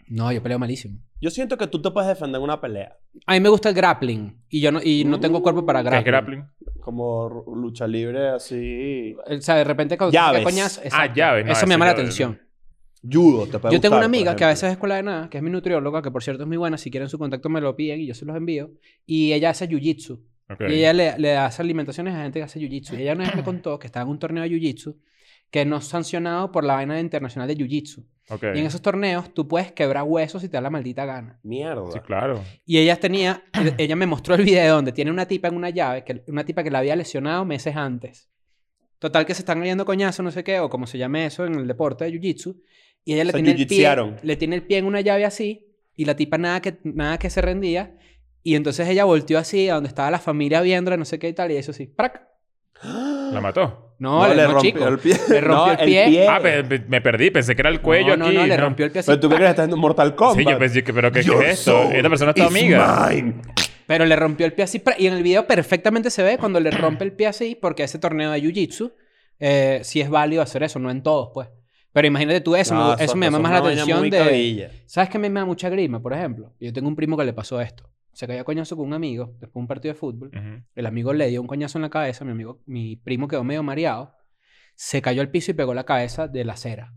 [SPEAKER 4] no, yo peleo malísimo.
[SPEAKER 3] Yo siento que tú te puedes defender en una pelea.
[SPEAKER 4] A mí me gusta el grappling y yo no, y no
[SPEAKER 3] Mm.
[SPEAKER 4] tengo cuerpo para
[SPEAKER 2] ¿Qué es
[SPEAKER 4] grappling.
[SPEAKER 2] grappling?
[SPEAKER 3] Como r- lucha libre, así.
[SPEAKER 4] O sea, de repente cuando
[SPEAKER 3] Llaves.
[SPEAKER 4] ¿qué coñazo? Exacto.
[SPEAKER 2] Ah, llaves, no,
[SPEAKER 4] Eso me
[SPEAKER 2] eso
[SPEAKER 4] llama la
[SPEAKER 2] yo-
[SPEAKER 4] atención.
[SPEAKER 3] Judo, te puede
[SPEAKER 4] Yo
[SPEAKER 3] gustar,
[SPEAKER 4] tengo una
[SPEAKER 3] por
[SPEAKER 4] amiga que a veces
[SPEAKER 3] ejemplo.
[SPEAKER 4] es escuela de nada, que es mi nutrióloga, que por cierto es muy buena. Si quieren su contacto me lo piden y yo se los envío. Y ella hace jiu-jitsu.
[SPEAKER 2] Ok.
[SPEAKER 4] Y ella le, le hace alimentaciones a gente que hace jiu-jitsu. Y ella una vez me contó que estaba en un torneo de jiu-jitsu que no es sancionado por la vaina internacional de jiu-jitsu.
[SPEAKER 2] Ok.
[SPEAKER 4] Y en esos torneos tú puedes quebrar huesos si te da la maldita gana.
[SPEAKER 3] Mierda.
[SPEAKER 2] Sí, claro.
[SPEAKER 4] Y ella tenía, ella me mostró el video donde tiene una tipa en una llave, que, una tipa que la había lesionado meses antes. Total que se están cayendo coñazo, no sé qué, o como se llame eso en el deporte de jiu-jitsu. Y ella le
[SPEAKER 3] Se
[SPEAKER 4] tiene el pie,
[SPEAKER 3] jiu-jitsearon.
[SPEAKER 4] le tiene el pie en una llave así, y la tipa nada que, nada que se rendía. Y entonces ella volteó así, a donde estaba la familia viéndola, no sé qué y tal, y eso sí, ¡prac!
[SPEAKER 2] La mató.
[SPEAKER 4] No, le, no, chico.
[SPEAKER 3] pie.
[SPEAKER 4] Le rompió
[SPEAKER 3] No,
[SPEAKER 4] el pie.
[SPEAKER 2] Ah, pe- pe- me perdí. Pensé que era el cuello
[SPEAKER 4] Eh. no,
[SPEAKER 2] aquí.
[SPEAKER 4] no, no, le rompió el pie así.
[SPEAKER 3] Pero tú
[SPEAKER 4] ¡prac!
[SPEAKER 3] crees que estás en Mortal Kombat.
[SPEAKER 2] Sí, yo pensé que... ¿Pero qué, qué es esto? Esta persona está amiga.
[SPEAKER 4] Pero le rompió el pie así. pra- Y en el video perfectamente se ve cuando le rompe el pie así, porque ese torneo de Jiu-Jitsu eh, sí es válido hacer eso, no en todos, pues. Pero imagínate tú eso,
[SPEAKER 3] Ah,
[SPEAKER 4] me- eso, me llama más la atención de... ¿Sabes que a mí me da mucha grima, por ejemplo? Yo tengo un primo que le pasó esto. Se cayó a coñazo con un amigo después de un partido de fútbol.
[SPEAKER 2] Ujú.
[SPEAKER 4] El amigo le dio un coñazo en la cabeza, mi amigo, mi primo quedó medio mareado. Se cayó al piso y pegó la cabeza de la acera.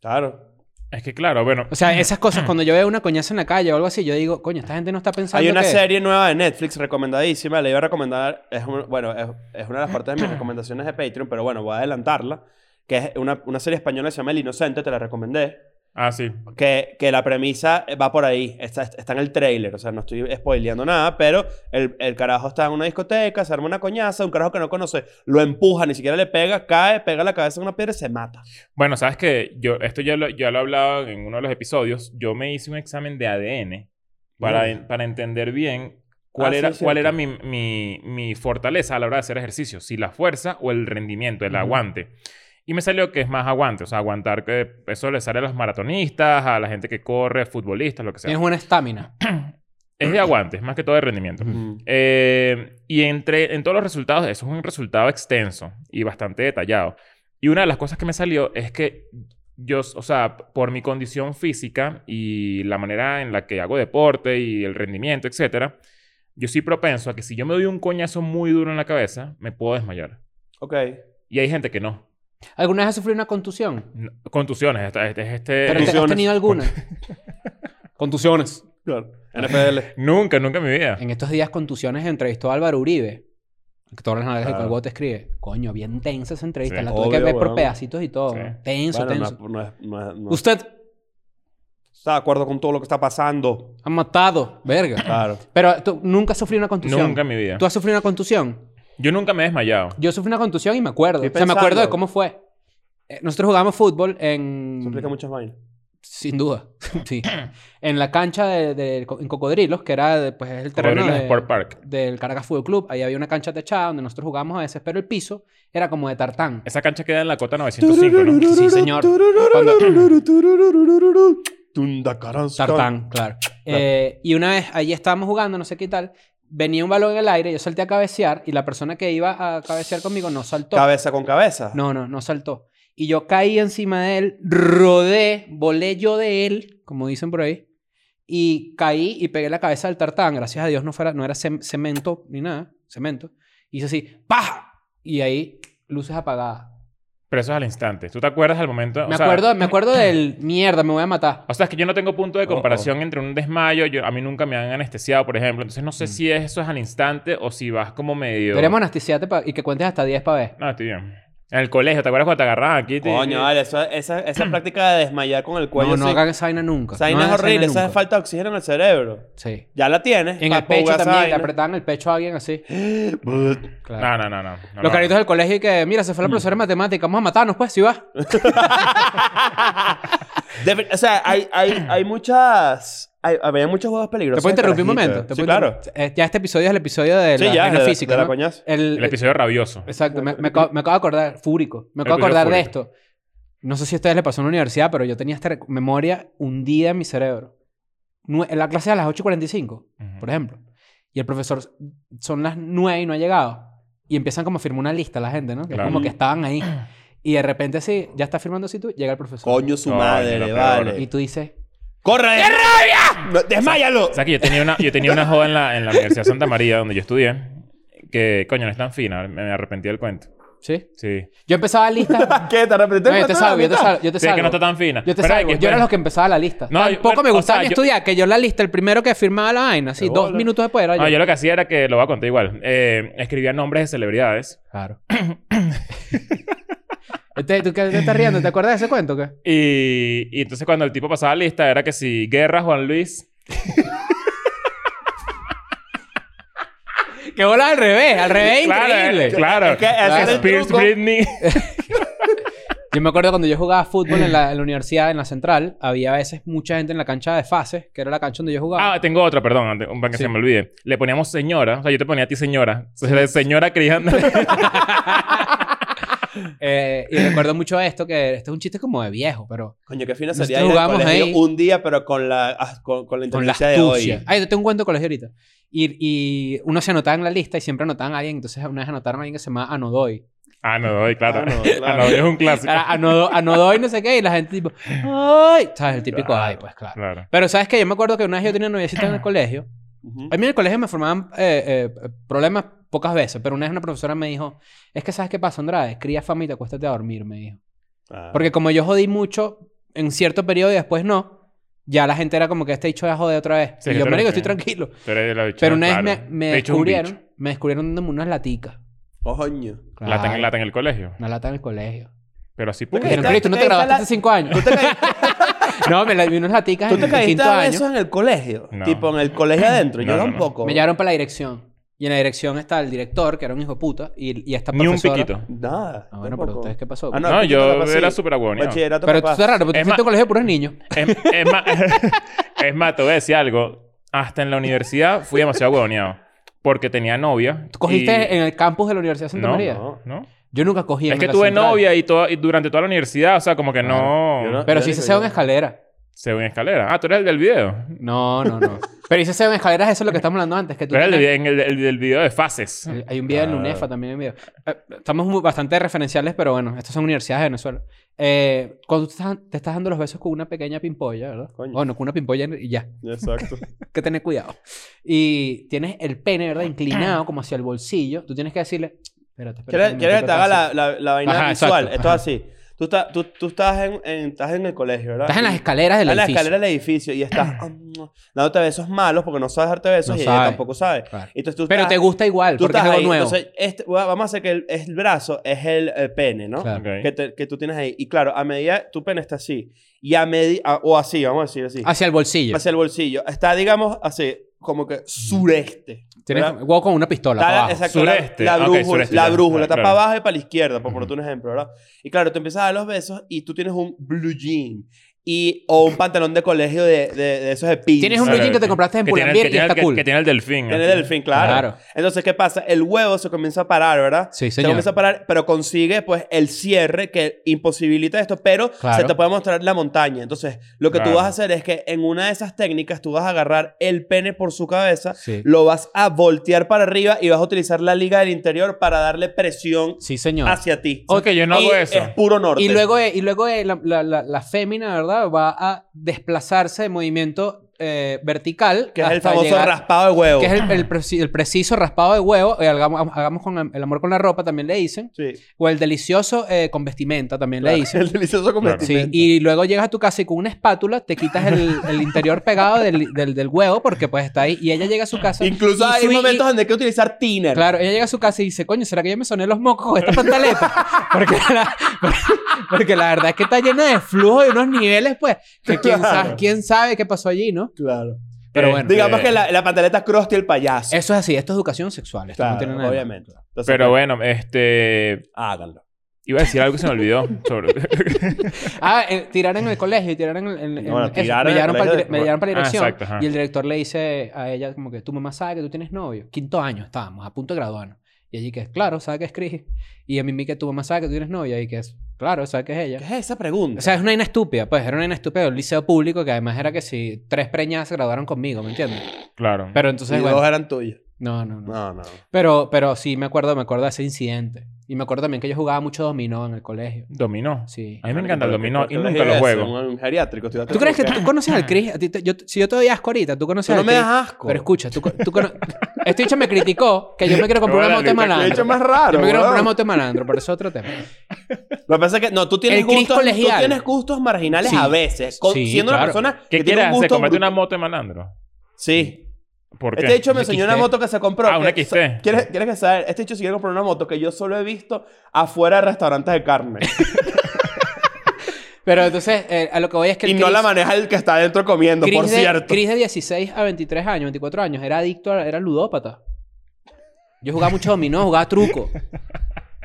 [SPEAKER 3] Claro.
[SPEAKER 2] Es que claro, bueno.
[SPEAKER 4] O sea, esas cosas, cuando yo veo una coñazo en la calle o algo así, yo digo, coño, esta gente no está pensando
[SPEAKER 3] Hay una
[SPEAKER 4] que...
[SPEAKER 3] serie nueva de Netflix recomendadísima. La iba a recomendar. Es un- bueno, es, es una de las partes de mis recomendaciones de Patreon, pero bueno, voy a adelantarla. Que es una, una serie española que se llama El Inocente, te la recomendé.
[SPEAKER 2] Ah, sí.
[SPEAKER 3] Que, que la premisa va por ahí. Está, está en el trailer, o sea, no estoy spoileando nada, pero el, el carajo está en una discoteca, se arma una coñaza, un carajo que no conoce, lo empuja, ni siquiera le pega, cae, pega la cabeza en una piedra y se mata.
[SPEAKER 2] Bueno, sabes que yo, esto ya lo, ya lo he hablado en uno de los episodios. Yo me hice un examen de ADN para,
[SPEAKER 3] Mm.
[SPEAKER 2] para entender bien cuál
[SPEAKER 3] Ah, sí,
[SPEAKER 2] era,
[SPEAKER 3] es
[SPEAKER 2] cuál
[SPEAKER 3] cierto.
[SPEAKER 2] era mi, mi- mi fortaleza a la hora de hacer ejercicio, si la fuerza o el rendimiento, el
[SPEAKER 4] Ujú.
[SPEAKER 2] aguante. Y me salió que es más aguante, o sea, aguantar que eso le sale a los maratonistas, a la gente que corre, futbolistas, lo que sea.
[SPEAKER 4] Tienes una estamina.
[SPEAKER 2] Es de aguante, es más que todo de rendimiento. Eh, y entre, en todos los resultados, eso es un resultado extenso y bastante detallado. Y una de las cosas que me salió es que yo, o sea, por mi condición física y la manera en la que hago deporte y el rendimiento, etcétera, yo soy propenso a que si yo me doy un coñazo muy duro en la cabeza, me puedo desmayar.
[SPEAKER 3] Ok.
[SPEAKER 2] Y hay gente que no.
[SPEAKER 4] ¿Alguna vez has sufrido una contusión?
[SPEAKER 2] No, Contusiones. esta- Este, este,
[SPEAKER 4] ¿Pero te- has
[SPEAKER 3] Contusiones.
[SPEAKER 4] tenido alguna? contusiones.
[SPEAKER 3] Claro. NFL.
[SPEAKER 2] Nunca, nunca en mi vida.
[SPEAKER 4] En estos días, contusiones, entrevistó a Álvaro Uribe. Que todas las nalgas del
[SPEAKER 3] Claro.
[SPEAKER 4] Colgó te escribe. Coño, bien tensa esa entrevista.
[SPEAKER 2] Sí,
[SPEAKER 4] la tuve que
[SPEAKER 3] obvio,
[SPEAKER 4] ver por
[SPEAKER 3] weón.
[SPEAKER 4] pedacitos y todo.
[SPEAKER 2] Sí.
[SPEAKER 4] ¿no? Tenso,
[SPEAKER 3] Bueno,
[SPEAKER 4] tenso.
[SPEAKER 3] no, no es- no es- no
[SPEAKER 4] Usted
[SPEAKER 3] está de acuerdo con todo lo que está pasando.
[SPEAKER 4] ha matado. Verga.
[SPEAKER 3] Claro.
[SPEAKER 4] Pero tú nunca has sufrido una contusión.
[SPEAKER 2] Nunca en mi vida.
[SPEAKER 4] ¿Tú has sufrido una contusión?
[SPEAKER 2] Yo nunca me he desmayado.
[SPEAKER 4] Yo sufrí una contusión y me acuerdo.
[SPEAKER 3] Estoy
[SPEAKER 4] o sea, me acuerdo de
[SPEAKER 3] pensando.
[SPEAKER 4] cómo fue. Eh, Nosotros jugábamos fútbol en...
[SPEAKER 3] Eso explica muchas vainas.
[SPEAKER 4] Sin duda. sí. En la cancha de, de- en Cocodrilos, que era de- pues, el terreno
[SPEAKER 2] Cocodrilos
[SPEAKER 4] de-
[SPEAKER 2] Sport Park.
[SPEAKER 4] del Caracas Fútbol Club. Ahí había una cancha techada donde nosotros jugábamos a veces, pero el piso era como de tartán.
[SPEAKER 2] Esa cancha queda en la cota 905, ¿no?
[SPEAKER 4] Sí, señor. Cuando- Tartán, claro. Eh, y una vez allí estábamos jugando, no sé qué tal, venía un balón en el aire, yo salté a cabecear y la persona que iba a cabecear conmigo no saltó.
[SPEAKER 3] Cabeza con cabeza.
[SPEAKER 4] No, no, no saltó. Y yo caí encima de él, rodé, volé yo de él, como dicen por ahí, y caí y pegué la cabeza al tartán. Gracias a Dios no, fuera, no era cem- cemento ni nada, cemento. Hice así, ¡paja! Y ahí, luces apagadas.
[SPEAKER 2] Pero eso es al instante. ¿Tú te acuerdas al momento? O
[SPEAKER 4] Me
[SPEAKER 2] sea,
[SPEAKER 4] acuerdo, me acuerdo del mierda, me voy a matar.
[SPEAKER 2] O sea, es que yo no tengo punto
[SPEAKER 3] Oh,
[SPEAKER 2] de comparación entre un desmayo. Yo, a mí nunca me han anestesiado, por ejemplo. Entonces no
[SPEAKER 3] Mm.
[SPEAKER 2] sé si eso es al instante o si vas como medio...
[SPEAKER 4] Deberíamos anestesiarte pa- y que cuentes hasta 10 para ver.
[SPEAKER 2] No, estoy bien. En el colegio, ¿te acuerdas cuando te agarraban aquí? Te-
[SPEAKER 3] Coño, vale, eso- esa, esa práctica de desmayar con el cuello.
[SPEAKER 4] no, no
[SPEAKER 3] así.
[SPEAKER 4] hagan esa vaina nunca.
[SPEAKER 3] Esa vaina
[SPEAKER 4] No hagan
[SPEAKER 3] es horrible, esa
[SPEAKER 4] vaina
[SPEAKER 3] es falta de oxígeno en el cerebro.
[SPEAKER 4] nunca. Sí.
[SPEAKER 3] Ya la tienes.
[SPEAKER 4] En el
[SPEAKER 3] pa-
[SPEAKER 4] pecho
[SPEAKER 3] ponga esa
[SPEAKER 4] también, le
[SPEAKER 3] vaina.
[SPEAKER 4] apretaban el pecho a alguien así.
[SPEAKER 2] No,
[SPEAKER 4] Claro.
[SPEAKER 2] no, no, no. No, no.
[SPEAKER 4] Los caritos del colegio y que, mira, se fue la profesora de matemáticas, vamos a matarnos pues, si vas.
[SPEAKER 3] Debe- o sea, hay, hay, hay muchas. Hay, había muchos juegos peligrosos.
[SPEAKER 4] ¿Te puedo
[SPEAKER 3] de
[SPEAKER 4] interrumpir un
[SPEAKER 3] carajito.
[SPEAKER 4] momento? ¿Te
[SPEAKER 3] Sí,
[SPEAKER 4] puedo
[SPEAKER 3] claro.
[SPEAKER 4] interrumpir? Eh, ya este episodio es el episodio de la,
[SPEAKER 3] Sí, ya,
[SPEAKER 4] vaina
[SPEAKER 3] de la-
[SPEAKER 4] física,
[SPEAKER 3] de la
[SPEAKER 4] ¿no?
[SPEAKER 3] coñazo.
[SPEAKER 4] El,
[SPEAKER 2] El episodio rabioso.
[SPEAKER 4] Exacto. Me, me acabo, me acabo de acordar, fúrico. Me acabo de
[SPEAKER 2] El episodio
[SPEAKER 4] acordar de
[SPEAKER 2] fúrico.
[SPEAKER 4] esto. No sé si a ustedes les pasó en la universidad, pero yo tenía esta rec- memoria hundida en mi cerebro. Nue- en la clase a las 8.45,
[SPEAKER 2] Ujú.
[SPEAKER 4] por ejemplo. Y el profesor, son las 9 y no ha llegado. Y empiezan como a firmar una lista la gente, ¿no? Que es
[SPEAKER 2] Claro.
[SPEAKER 4] como que estaban ahí. Y de repente sí, ya está firmando así tú, llega el profesor.
[SPEAKER 3] Coño, su
[SPEAKER 2] Coño,
[SPEAKER 3] madre,
[SPEAKER 2] lo peor.
[SPEAKER 3] vale.
[SPEAKER 4] Y tú dices,
[SPEAKER 3] ¡Corre! ¡Qué rabia! ¡Desmáyalo!
[SPEAKER 2] O sea, que yo tenía una, yo tenía una joda en la, en la Universidad de Santa María, donde yo estudié, que, coño, no es tan fina. Me, me arrepentí del cuento.
[SPEAKER 4] ¿sí?
[SPEAKER 2] Sí.
[SPEAKER 4] Yo empezaba lista.
[SPEAKER 3] ¿Qué? ¿Te arrepentiste?
[SPEAKER 4] No, yo te salgo, yo te salgo, yo te
[SPEAKER 2] Sí, es que no
[SPEAKER 4] salgo.
[SPEAKER 2] está tan fina.
[SPEAKER 4] Yo te
[SPEAKER 2] Pero hay que-
[SPEAKER 4] salgo. Yo era los que empezaba la lista.
[SPEAKER 2] No, yo-
[SPEAKER 4] Tampoco
[SPEAKER 2] bueno,
[SPEAKER 4] me
[SPEAKER 2] o
[SPEAKER 4] gustaba
[SPEAKER 2] sea,
[SPEAKER 4] ni
[SPEAKER 2] yo-
[SPEAKER 4] estudiar, que yo la lista, el primero que firmaba la vaina, sí,
[SPEAKER 3] Qué
[SPEAKER 4] dos
[SPEAKER 3] bola.
[SPEAKER 4] minutos después era yo.
[SPEAKER 2] No, yo lo que hacía era que lo voy a contar igual. Eh, escribía nombres de celebridades
[SPEAKER 4] Claro. Este, ¿Tú qué te estás riendo? ¿Te acuerdas de ese cuento o qué?
[SPEAKER 2] y, y entonces cuando el tipo pasaba lista era que si Guerra, Juan Luis.
[SPEAKER 4] Que bola al revés, al revés
[SPEAKER 2] claro,
[SPEAKER 4] increíble.
[SPEAKER 2] eh, claro.
[SPEAKER 3] Es que ese
[SPEAKER 2] Claro.
[SPEAKER 3] es el
[SPEAKER 2] Spears,
[SPEAKER 3] truco.
[SPEAKER 2] Britney.
[SPEAKER 4] Yo me acuerdo cuando yo jugaba fútbol en la, en la universidad, en la central, había a veces mucha gente en la cancha de fases, que era la cancha donde yo jugaba.
[SPEAKER 2] ah, tengo otra, perdón, antes- para que
[SPEAKER 4] Sí.
[SPEAKER 2] se me olvide. Le poníamos señora. O sea, yo te ponía a ti señora. O sea, señora criando.
[SPEAKER 4] Eh, y recuerdo mucho esto, que este es un chiste como de viejo, pero
[SPEAKER 3] Coño, qué fina
[SPEAKER 4] Nosotros
[SPEAKER 3] sería ir al
[SPEAKER 4] jugamos
[SPEAKER 3] colegio
[SPEAKER 4] ahí.
[SPEAKER 3] un día, pero con la, ah, con, con la
[SPEAKER 4] con la
[SPEAKER 3] inteligencia de
[SPEAKER 4] astucia.
[SPEAKER 3] hoy.
[SPEAKER 4] Ay, yo tengo un cuento de colegio ahorita. Y, y uno se anotaba en la lista y siempre anotaban a alguien. Entonces una vez anotaron a alguien que se llamaba Anodoy.
[SPEAKER 2] ah, no, doy, claro.
[SPEAKER 3] Ah, no,
[SPEAKER 2] Ah, no,
[SPEAKER 3] claro.
[SPEAKER 2] doy es un clásico.
[SPEAKER 4] Era Anodo- Anodoy, no sé qué, y la gente tipo, ¡ay! ¿Sabes? El típico, ¡ay! Pues claro.
[SPEAKER 2] Claro.
[SPEAKER 4] Pero ¿sabes qué? Yo me acuerdo que una vez yo tenía noviecita en el colegio.
[SPEAKER 3] Ujú.
[SPEAKER 4] A mí en el colegio me formaban eh, eh, problemas pocas veces, pero una vez una profesora me dijo, es que ¿sabes qué pasa, Andrade? Cría fama y te acuéstate a dormir, me dijo.
[SPEAKER 3] Ah.
[SPEAKER 4] Porque como yo jodí mucho en cierto periodo y después no, ya la gente era como que este dicho ya jode otra vez.
[SPEAKER 2] Sí,
[SPEAKER 4] y
[SPEAKER 2] que
[SPEAKER 4] yo,
[SPEAKER 2] te lo-
[SPEAKER 4] marico, estoy
[SPEAKER 2] sí.
[SPEAKER 4] tranquilo.
[SPEAKER 2] Tú eres de la bichona,
[SPEAKER 4] Pero una vez
[SPEAKER 2] claro.
[SPEAKER 4] me, me
[SPEAKER 2] Te he dicho un
[SPEAKER 4] descubrieron,
[SPEAKER 2] bicho.
[SPEAKER 4] me descubrieron dándome unas laticas.
[SPEAKER 3] Coño.
[SPEAKER 2] Lata en,
[SPEAKER 4] Claro,
[SPEAKER 2] lata en el colegio.
[SPEAKER 4] Una lata en el colegio.
[SPEAKER 2] Pero así, pues,
[SPEAKER 3] Te
[SPEAKER 2] ¡pum!
[SPEAKER 4] Me dijeron,
[SPEAKER 3] caíste-
[SPEAKER 4] Cristo, no
[SPEAKER 3] te
[SPEAKER 4] te graduaste
[SPEAKER 3] caíste
[SPEAKER 4] hace cinco años.
[SPEAKER 3] ¿Tú te caíste,
[SPEAKER 4] No, me la, vi unas laticas
[SPEAKER 3] tú
[SPEAKER 4] en
[SPEAKER 3] te
[SPEAKER 4] el
[SPEAKER 3] caíste
[SPEAKER 4] quinto
[SPEAKER 3] a
[SPEAKER 4] año.
[SPEAKER 3] besos en el colegio?
[SPEAKER 2] No.
[SPEAKER 3] Tipo, en el colegio adentro.
[SPEAKER 2] No,
[SPEAKER 3] Yo
[SPEAKER 2] no, no.
[SPEAKER 3] tampoco.
[SPEAKER 4] Me llevaron para la dirección. Y en la dirección está el director, que era un hijo de puta, y, y esta
[SPEAKER 2] Ni un
[SPEAKER 4] profesora-
[SPEAKER 2] piquito.
[SPEAKER 3] Nada.
[SPEAKER 4] Ah, bueno,
[SPEAKER 3] tampoco.
[SPEAKER 4] pero ¿ustedes qué pasó?
[SPEAKER 3] Ah,
[SPEAKER 2] No,
[SPEAKER 3] piquito
[SPEAKER 2] yo
[SPEAKER 3] capaz sí.
[SPEAKER 2] era súper aguaneado.
[SPEAKER 3] Bachillerato
[SPEAKER 4] Pero esto
[SPEAKER 3] capaz.
[SPEAKER 4] está raro, porque
[SPEAKER 2] Es
[SPEAKER 4] tú fuiste
[SPEAKER 2] más-
[SPEAKER 4] a un colegio de puros niños.
[SPEAKER 2] Es, es más, es más, te voy a decir algo. Hasta en la universidad fui demasiado huevoneado. Porque tenía novia.
[SPEAKER 4] ¿Tú cogiste
[SPEAKER 2] y-
[SPEAKER 4] en el campus de la Universidad de Santa
[SPEAKER 2] No,
[SPEAKER 4] María?
[SPEAKER 3] no.
[SPEAKER 2] ¿No?
[SPEAKER 4] Yo nunca cogí en
[SPEAKER 2] Es que
[SPEAKER 4] la
[SPEAKER 2] tuve
[SPEAKER 4] central.
[SPEAKER 2] novia y, toda- y durante toda la universidad. O sea, como que no...
[SPEAKER 3] Ah, Yo no-
[SPEAKER 4] Pero
[SPEAKER 3] Yo
[SPEAKER 4] sí
[SPEAKER 3] digo
[SPEAKER 4] se sea
[SPEAKER 3] yo.
[SPEAKER 4] una escalera.
[SPEAKER 2] Se ve en escalera. Ah, tú eres el del video.
[SPEAKER 4] No, no, no. Pero hice SEO en escaleras, eso es lo que estamos hablando antes. Que tú
[SPEAKER 2] Tú eres el,
[SPEAKER 4] tienes-
[SPEAKER 2] de- en el, el del video de fases.
[SPEAKER 4] El- Hay un video en la UNEFA también. Hay un video. Eh, Estamos muy- bastante referenciales, pero bueno, estas son universidades de Venezuela. Eh, cuando tú estás- te estás dando los besos con una pequeña pimpolla, ¿verdad?
[SPEAKER 3] Coño.
[SPEAKER 4] Bueno, con una pimpolla y ya.
[SPEAKER 3] Exacto.
[SPEAKER 4] Hay que tener cuidado. Y tienes el pene, ¿verdad? Inclinado como hacia el bolsillo. Tú tienes que decirle, Espérate, espérate.
[SPEAKER 3] ¿Quieres
[SPEAKER 4] un
[SPEAKER 3] quieres que
[SPEAKER 4] momentico,
[SPEAKER 3] te haga
[SPEAKER 4] estás-
[SPEAKER 3] la, la- la vaina
[SPEAKER 4] Ajá,
[SPEAKER 3] visual?
[SPEAKER 4] exacto,
[SPEAKER 3] Esto
[SPEAKER 4] ajá.
[SPEAKER 3] es así. Tú, estás- tú, tú estás, en, en- estás en el colegio, ¿verdad?
[SPEAKER 4] Estás en las
[SPEAKER 3] Y-
[SPEAKER 4] escaleras del
[SPEAKER 3] en la
[SPEAKER 4] edificio.
[SPEAKER 3] escalera del edificio y estás ah, mua, dándote besos malos porque no sabes darte besos
[SPEAKER 4] No
[SPEAKER 3] y ella
[SPEAKER 4] sabe.
[SPEAKER 3] tampoco sabe.
[SPEAKER 4] Claro.
[SPEAKER 3] Entonces tú
[SPEAKER 4] Pero
[SPEAKER 3] estás-
[SPEAKER 4] te gusta igual,
[SPEAKER 3] tú
[SPEAKER 4] porque es
[SPEAKER 3] estás
[SPEAKER 4] algo
[SPEAKER 3] ahí.
[SPEAKER 4] nuevo.
[SPEAKER 3] Entonces, este- va- vamos a hacer que el, el brazo es el, eh, pene, ¿no?
[SPEAKER 4] Claro.
[SPEAKER 2] Ok.
[SPEAKER 3] Que, te- que tú tienes ahí. Y claro, a medida tu pene está así. Y a medida. O así, vamos a decir así.
[SPEAKER 4] Hacia el bolsillo.
[SPEAKER 3] Hacia el bolsillo. Está, digamos, así, como que sureste.
[SPEAKER 4] Mm. Tienes
[SPEAKER 3] ¿verdad?
[SPEAKER 4] huevo con una pistola.
[SPEAKER 3] Está
[SPEAKER 4] para
[SPEAKER 3] la-
[SPEAKER 4] abajo.
[SPEAKER 3] exacto, la-
[SPEAKER 2] Sureste.
[SPEAKER 3] La,
[SPEAKER 2] Ah, ok,
[SPEAKER 3] brújula,
[SPEAKER 2] sureste,
[SPEAKER 3] la
[SPEAKER 2] ya,
[SPEAKER 3] brújula,
[SPEAKER 2] ya,
[SPEAKER 3] está
[SPEAKER 2] claro.
[SPEAKER 3] para abajo y para la izquierda, por ponerte un ejemplo, ¿verdad? Y claro, te empiezas a dar los besos y tú tienes un blue jean y, o un pantalón de colegio de, de, de esos de pins.
[SPEAKER 4] Tienes un
[SPEAKER 2] Claro,
[SPEAKER 4] billete que te compraste en
[SPEAKER 2] que tiene el-
[SPEAKER 4] Pull&Bear
[SPEAKER 2] que
[SPEAKER 4] y
[SPEAKER 2] tiene el-
[SPEAKER 4] está
[SPEAKER 2] que-
[SPEAKER 4] cool.
[SPEAKER 2] Que tiene el delfín.
[SPEAKER 3] En el
[SPEAKER 2] así.
[SPEAKER 3] delfín, claro.
[SPEAKER 4] Claro.
[SPEAKER 3] Entonces, ¿qué pasa? El huevo se comienza a parar, ¿verdad?
[SPEAKER 4] Sí,
[SPEAKER 3] Se
[SPEAKER 4] señor.
[SPEAKER 3] comienza a parar, pero consigue, pues, el cierre que imposibilita esto, pero
[SPEAKER 4] Claro.
[SPEAKER 3] se te puede mostrar la montaña. Entonces, lo que
[SPEAKER 2] Claro.
[SPEAKER 3] tú vas a hacer es que en una de esas técnicas tú vas a agarrar el pene por su cabeza,
[SPEAKER 4] Sí.
[SPEAKER 3] lo vas a voltear para arriba y vas a utilizar la liga del interior para darle presión
[SPEAKER 4] Sí, señor.
[SPEAKER 3] hacia ti.
[SPEAKER 2] O sea, que yo no hago
[SPEAKER 3] Y
[SPEAKER 2] eso.
[SPEAKER 3] Es puro norte.
[SPEAKER 4] Y luego, eh, y luego eh, la, la, la, la fémina, ¿verdad? Va a desplazarse de movimiento eh, vertical.
[SPEAKER 3] que es el
[SPEAKER 4] hasta
[SPEAKER 3] famoso
[SPEAKER 4] llegar-
[SPEAKER 3] raspado de huevo.
[SPEAKER 4] Que es el, el preci- el preciso raspado de huevo. eh, hagamos, hagamos con el, el amor con la ropa, también le dicen.
[SPEAKER 3] Sí.
[SPEAKER 4] O el delicioso eh, con vestimenta, también le dicen.
[SPEAKER 3] El delicioso con
[SPEAKER 2] Claro.
[SPEAKER 4] Sí,
[SPEAKER 3] vestimenta.
[SPEAKER 4] y luego llegas a tu casa y con una espátula te quitas el, el interior pegado del, del, del huevo porque pues está ahí. Y ella llega a su casa.
[SPEAKER 3] Incluso
[SPEAKER 4] y
[SPEAKER 3] hay
[SPEAKER 4] su- y-
[SPEAKER 3] momentos donde hay que utilizar tiner.
[SPEAKER 4] Claro, ella llega a su casa y dice, coño, ¿será que yo me soné los mocos con esta pantaleta? Porque la, porque la verdad es que está llena de flujo y unos niveles, pues, que quién, sabe, quién sabe qué pasó allí, ¿no?
[SPEAKER 3] Claro.
[SPEAKER 4] Pero
[SPEAKER 2] Eh,
[SPEAKER 4] bueno,
[SPEAKER 3] Digamos que la, la pantaleta es Krusty el payaso.
[SPEAKER 4] eso es así, esto es educación sexual, esto no
[SPEAKER 3] Claro,
[SPEAKER 4] tiene nada. de malo.
[SPEAKER 3] obviamente. Entonces,
[SPEAKER 2] Pero
[SPEAKER 3] pues,
[SPEAKER 2] bueno, este...
[SPEAKER 3] Háganlo.
[SPEAKER 2] Iba a decir algo que se me olvidó. sobre-
[SPEAKER 4] Ah, eh, tiraron en el colegio, tiraron en, en- en-
[SPEAKER 3] Bueno,
[SPEAKER 4] eso,
[SPEAKER 3] tiraron
[SPEAKER 4] me,
[SPEAKER 3] en el
[SPEAKER 4] llevaron para,
[SPEAKER 3] colegio de-
[SPEAKER 4] me llevaron para la
[SPEAKER 2] Ah,
[SPEAKER 4] dirección
[SPEAKER 2] exacto, ajá.
[SPEAKER 4] y el director le dice a ella como que tu mamá sabe que tú tienes novio. Quinto año estábamos, a punto de graduarnos. Y allí que es, claro, sabe que es Chris. Y a mí que tu mamá sabe que tú tienes novia y que es, claro, sabe que es ella.
[SPEAKER 3] ¿Qué es esa pregunta?
[SPEAKER 4] O sea, es una vaina estúpida, pues. Era una vaina estúpida del liceo público que además era que si tres preñas se graduaron conmigo, ¿me entiendes?
[SPEAKER 2] claro.
[SPEAKER 4] Pero
[SPEAKER 3] Y
[SPEAKER 4] entonces,
[SPEAKER 3] dos
[SPEAKER 4] bueno...
[SPEAKER 3] eran tuyas.
[SPEAKER 4] No, no, no.
[SPEAKER 3] No, no.
[SPEAKER 4] Pero, pero sí me acuerdo, me acuerdo de ese incidente. Y me acuerdo también que yo jugaba mucho dominó en el colegio.
[SPEAKER 2] Dominó.
[SPEAKER 4] Sí.
[SPEAKER 2] A mí me encanta el dominó y nunca
[SPEAKER 3] Colegio
[SPEAKER 2] lo
[SPEAKER 3] ese,
[SPEAKER 2] juego.
[SPEAKER 3] Un, un geriátrico. estudiaste
[SPEAKER 4] ¿Tú crees que tú
[SPEAKER 3] educación.
[SPEAKER 4] conoces al Chris? A ti te- yo- si yo te doy asco ahorita, ¿tú conoces
[SPEAKER 3] Tú no
[SPEAKER 4] al
[SPEAKER 3] me
[SPEAKER 4] Chris?
[SPEAKER 3] das asco.
[SPEAKER 4] Pero escucha, tú, co- tú cono- Este bicho me criticó que yo me quiero comprar una
[SPEAKER 2] Órale,
[SPEAKER 4] moto
[SPEAKER 2] te-
[SPEAKER 4] de
[SPEAKER 2] te he
[SPEAKER 4] malandro.
[SPEAKER 3] hecho más raro,
[SPEAKER 4] Yo me quiero comprar
[SPEAKER 3] weón.
[SPEAKER 4] una moto de malandro, pero eso es otro tema.
[SPEAKER 3] Lo que pasa es que no, tú tienes,
[SPEAKER 4] El Chris
[SPEAKER 3] gustos, tú
[SPEAKER 4] colegial.
[SPEAKER 3] tienes gustos marginales
[SPEAKER 4] Sí.
[SPEAKER 3] a veces. con-
[SPEAKER 4] Sí,
[SPEAKER 3] siendo
[SPEAKER 4] claro.
[SPEAKER 3] una persona
[SPEAKER 2] ¿Qué
[SPEAKER 3] que
[SPEAKER 2] quieres
[SPEAKER 3] tiene un
[SPEAKER 2] hacer?
[SPEAKER 3] gusto
[SPEAKER 2] ¿Comprarte
[SPEAKER 3] brutal.
[SPEAKER 2] una moto de malandro?
[SPEAKER 3] Sí.
[SPEAKER 2] ¿Por qué?
[SPEAKER 3] Este hecho me
[SPEAKER 4] Una
[SPEAKER 3] enseñó una
[SPEAKER 4] XT.
[SPEAKER 3] moto que se compró.
[SPEAKER 2] Ah, una
[SPEAKER 3] que-
[SPEAKER 2] XT.
[SPEAKER 3] ¿Quieres, ¿Quieres que saber? Este hecho se quiere comprar una moto que yo solo he visto afuera de restaurantes de carne.
[SPEAKER 4] Pero entonces, eh, a lo que voy es que el
[SPEAKER 3] y no
[SPEAKER 4] Chris-
[SPEAKER 3] la maneja el que está adentro comiendo,
[SPEAKER 4] Chris
[SPEAKER 3] por
[SPEAKER 4] de,
[SPEAKER 3] cierto.
[SPEAKER 4] Chris de 16 a 23 años, 24 años, era adicto, a- era ludópata. Yo jugaba mucho dominó, jugaba truco.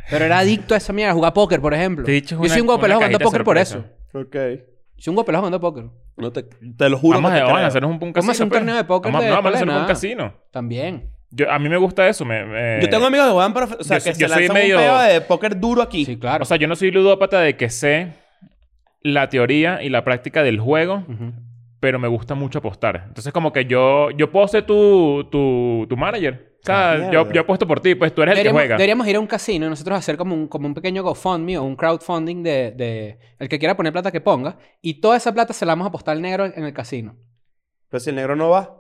[SPEAKER 4] Pero era adicto a esa mierda, jugaba póker, por ejemplo.
[SPEAKER 2] Te he dicho
[SPEAKER 4] Yo soy
[SPEAKER 2] Este una-
[SPEAKER 4] un guapelado
[SPEAKER 2] una
[SPEAKER 4] jugando
[SPEAKER 2] cajita
[SPEAKER 4] póker por eso.
[SPEAKER 2] sorpresa.
[SPEAKER 3] Ok.
[SPEAKER 4] Soy un guapelado jugando póker.
[SPEAKER 3] No te, te lo juro.
[SPEAKER 2] vamos
[SPEAKER 3] que
[SPEAKER 2] a
[SPEAKER 3] te
[SPEAKER 2] vamos a
[SPEAKER 3] creo.
[SPEAKER 2] hacer un, un casino.
[SPEAKER 4] Vamos a hacer un
[SPEAKER 2] pues.
[SPEAKER 4] torneo de póker
[SPEAKER 2] Vamos,
[SPEAKER 4] de
[SPEAKER 2] no, vamos a hacer
[SPEAKER 4] escuela de
[SPEAKER 2] un
[SPEAKER 4] nada.
[SPEAKER 2] casino.
[SPEAKER 4] También.
[SPEAKER 2] Yo, a mí me gusta eso. Me, me-
[SPEAKER 3] Yo tengo amigos que juegan, profe- o sea,
[SPEAKER 2] eh, yo soy-
[SPEAKER 3] que se
[SPEAKER 2] yo soy
[SPEAKER 3] lanzan
[SPEAKER 2] medio-
[SPEAKER 3] un peo de póker duro aquí.
[SPEAKER 4] Sí, claro.
[SPEAKER 2] O sea, yo no soy ludópata de que sé la teoría y la práctica del juego,
[SPEAKER 4] Ujú.
[SPEAKER 2] pero me gusta mucho apostar. Entonces, como que yo, yo puedo ser tu, tu, tu manager. O sea,
[SPEAKER 3] Ah,
[SPEAKER 2] yo,
[SPEAKER 3] mierda.
[SPEAKER 2] yo apuesto por ti, pues tú eres el que
[SPEAKER 4] Deberíamos,
[SPEAKER 2] juega.
[SPEAKER 4] deberíamos ir a un casino y nosotros hacer como un, como un pequeño GoFundMe o un crowdfunding de, de- El que quiera poner plata que ponga. Y toda esa plata se la vamos a apostar al negro en, en el casino.
[SPEAKER 3] Pero si el negro no va.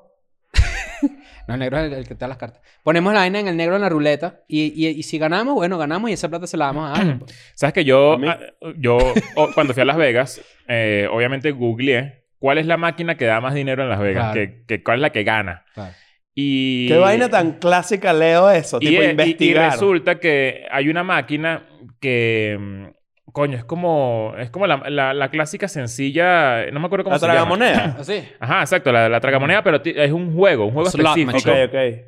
[SPEAKER 4] No, el negro es el, el que te da las cartas. Ponemos la vaina en el negro en la ruleta. Y, y- y si ganamos, bueno, ganamos y esa plata se la damos a alguien. pues.
[SPEAKER 2] ¿Sabes que yo,
[SPEAKER 3] ¿A mí?
[SPEAKER 2] ah, yo o- cuando fui a Las Vegas, eh, obviamente googleé cuál es la máquina que da más dinero en Las Vegas,
[SPEAKER 4] Claro.
[SPEAKER 2] que, que- cuál es la que gana.
[SPEAKER 4] Claro.
[SPEAKER 2] Y,
[SPEAKER 3] Qué vaina tan clásica leo eso.
[SPEAKER 2] y,
[SPEAKER 3] tipo,
[SPEAKER 2] eh, y- y
[SPEAKER 3] investigar.
[SPEAKER 2] resulta que hay una máquina que, mm, coño, es como, es como la, la- la clásica sencilla, no me acuerdo cómo
[SPEAKER 3] la
[SPEAKER 2] se llama.
[SPEAKER 3] tragamoneda.
[SPEAKER 4] Así.
[SPEAKER 2] Ajá, exacto, la, la tragamoneda, pero ti- es un juego, un juego
[SPEAKER 4] Slot
[SPEAKER 2] específico.
[SPEAKER 3] ok,
[SPEAKER 4] machine.
[SPEAKER 3] ok.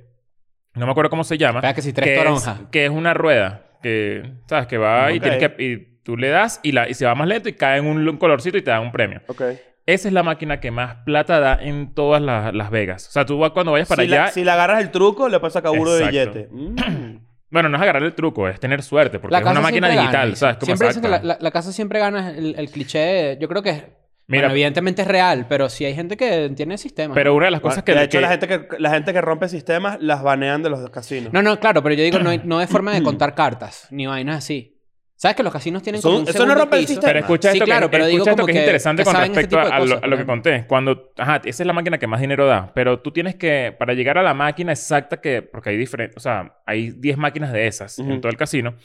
[SPEAKER 2] No me acuerdo cómo se llama.
[SPEAKER 4] Espera que si tres
[SPEAKER 2] Ah, que
[SPEAKER 4] toronjas.
[SPEAKER 2] Es, que es una rueda. Que, ¿sabes? Que va y,
[SPEAKER 3] Ok.
[SPEAKER 2] tienes que, y tú le das y, la, y se va más lento y cae en un, lu- colorcito y te dan un premio.
[SPEAKER 3] Ok.
[SPEAKER 2] Esa es la máquina que más plata da en todas la- las Vegas. O sea, tú vas- cuando vayas para
[SPEAKER 3] si,
[SPEAKER 2] allá...
[SPEAKER 3] la, si le agarras el truco, le pasa uno de
[SPEAKER 2] Exacto.
[SPEAKER 3] billete. Mm.
[SPEAKER 2] Bueno, no es agarrar el truco, es tener suerte. Porque
[SPEAKER 4] La
[SPEAKER 2] es una
[SPEAKER 4] casa
[SPEAKER 2] máquina
[SPEAKER 4] siempre
[SPEAKER 2] digital,
[SPEAKER 4] gana.
[SPEAKER 2] ¿sabes? Como
[SPEAKER 4] Siempre dicen que la,
[SPEAKER 2] exacto.
[SPEAKER 4] la- la casa siempre gana el, el cliché. de- yo creo que... es-
[SPEAKER 2] Mira,
[SPEAKER 4] bueno, evidentemente es real, pero sí hay gente que entiende el sistema.
[SPEAKER 2] pero una de las cosas que...
[SPEAKER 3] de hecho,
[SPEAKER 2] que-
[SPEAKER 3] La, gente que, la gente que rompe sistemas las banean de los casinos.
[SPEAKER 4] No, no, claro, pero yo digo, no, hay- no es forma de contar cartas, ni vainas así. O ¿Sabes que los casinos tienen
[SPEAKER 3] Son-
[SPEAKER 4] como un
[SPEAKER 3] eso no
[SPEAKER 4] segundo
[SPEAKER 3] rompe el
[SPEAKER 4] piso?
[SPEAKER 3] sistema.
[SPEAKER 2] Pero escucha
[SPEAKER 4] Sí,
[SPEAKER 2] esto,
[SPEAKER 4] claro,
[SPEAKER 2] que,
[SPEAKER 4] pero
[SPEAKER 2] escucha
[SPEAKER 4] digo
[SPEAKER 2] esto
[SPEAKER 4] como
[SPEAKER 2] que es
[SPEAKER 4] que-
[SPEAKER 2] interesante
[SPEAKER 4] que
[SPEAKER 2] con
[SPEAKER 4] saben ese
[SPEAKER 2] respecto
[SPEAKER 4] tipo de
[SPEAKER 2] a, lo,
[SPEAKER 4] cosas,
[SPEAKER 2] a lo que
[SPEAKER 4] ¿no?
[SPEAKER 2] conté. Cuando, ajá, esa es la máquina que más dinero da, pero tú tienes que, para llegar a la máquina exacta que, porque hay diferentes, o sea, hay 10 máquinas de esas
[SPEAKER 3] Ujú.
[SPEAKER 2] en todo el casino,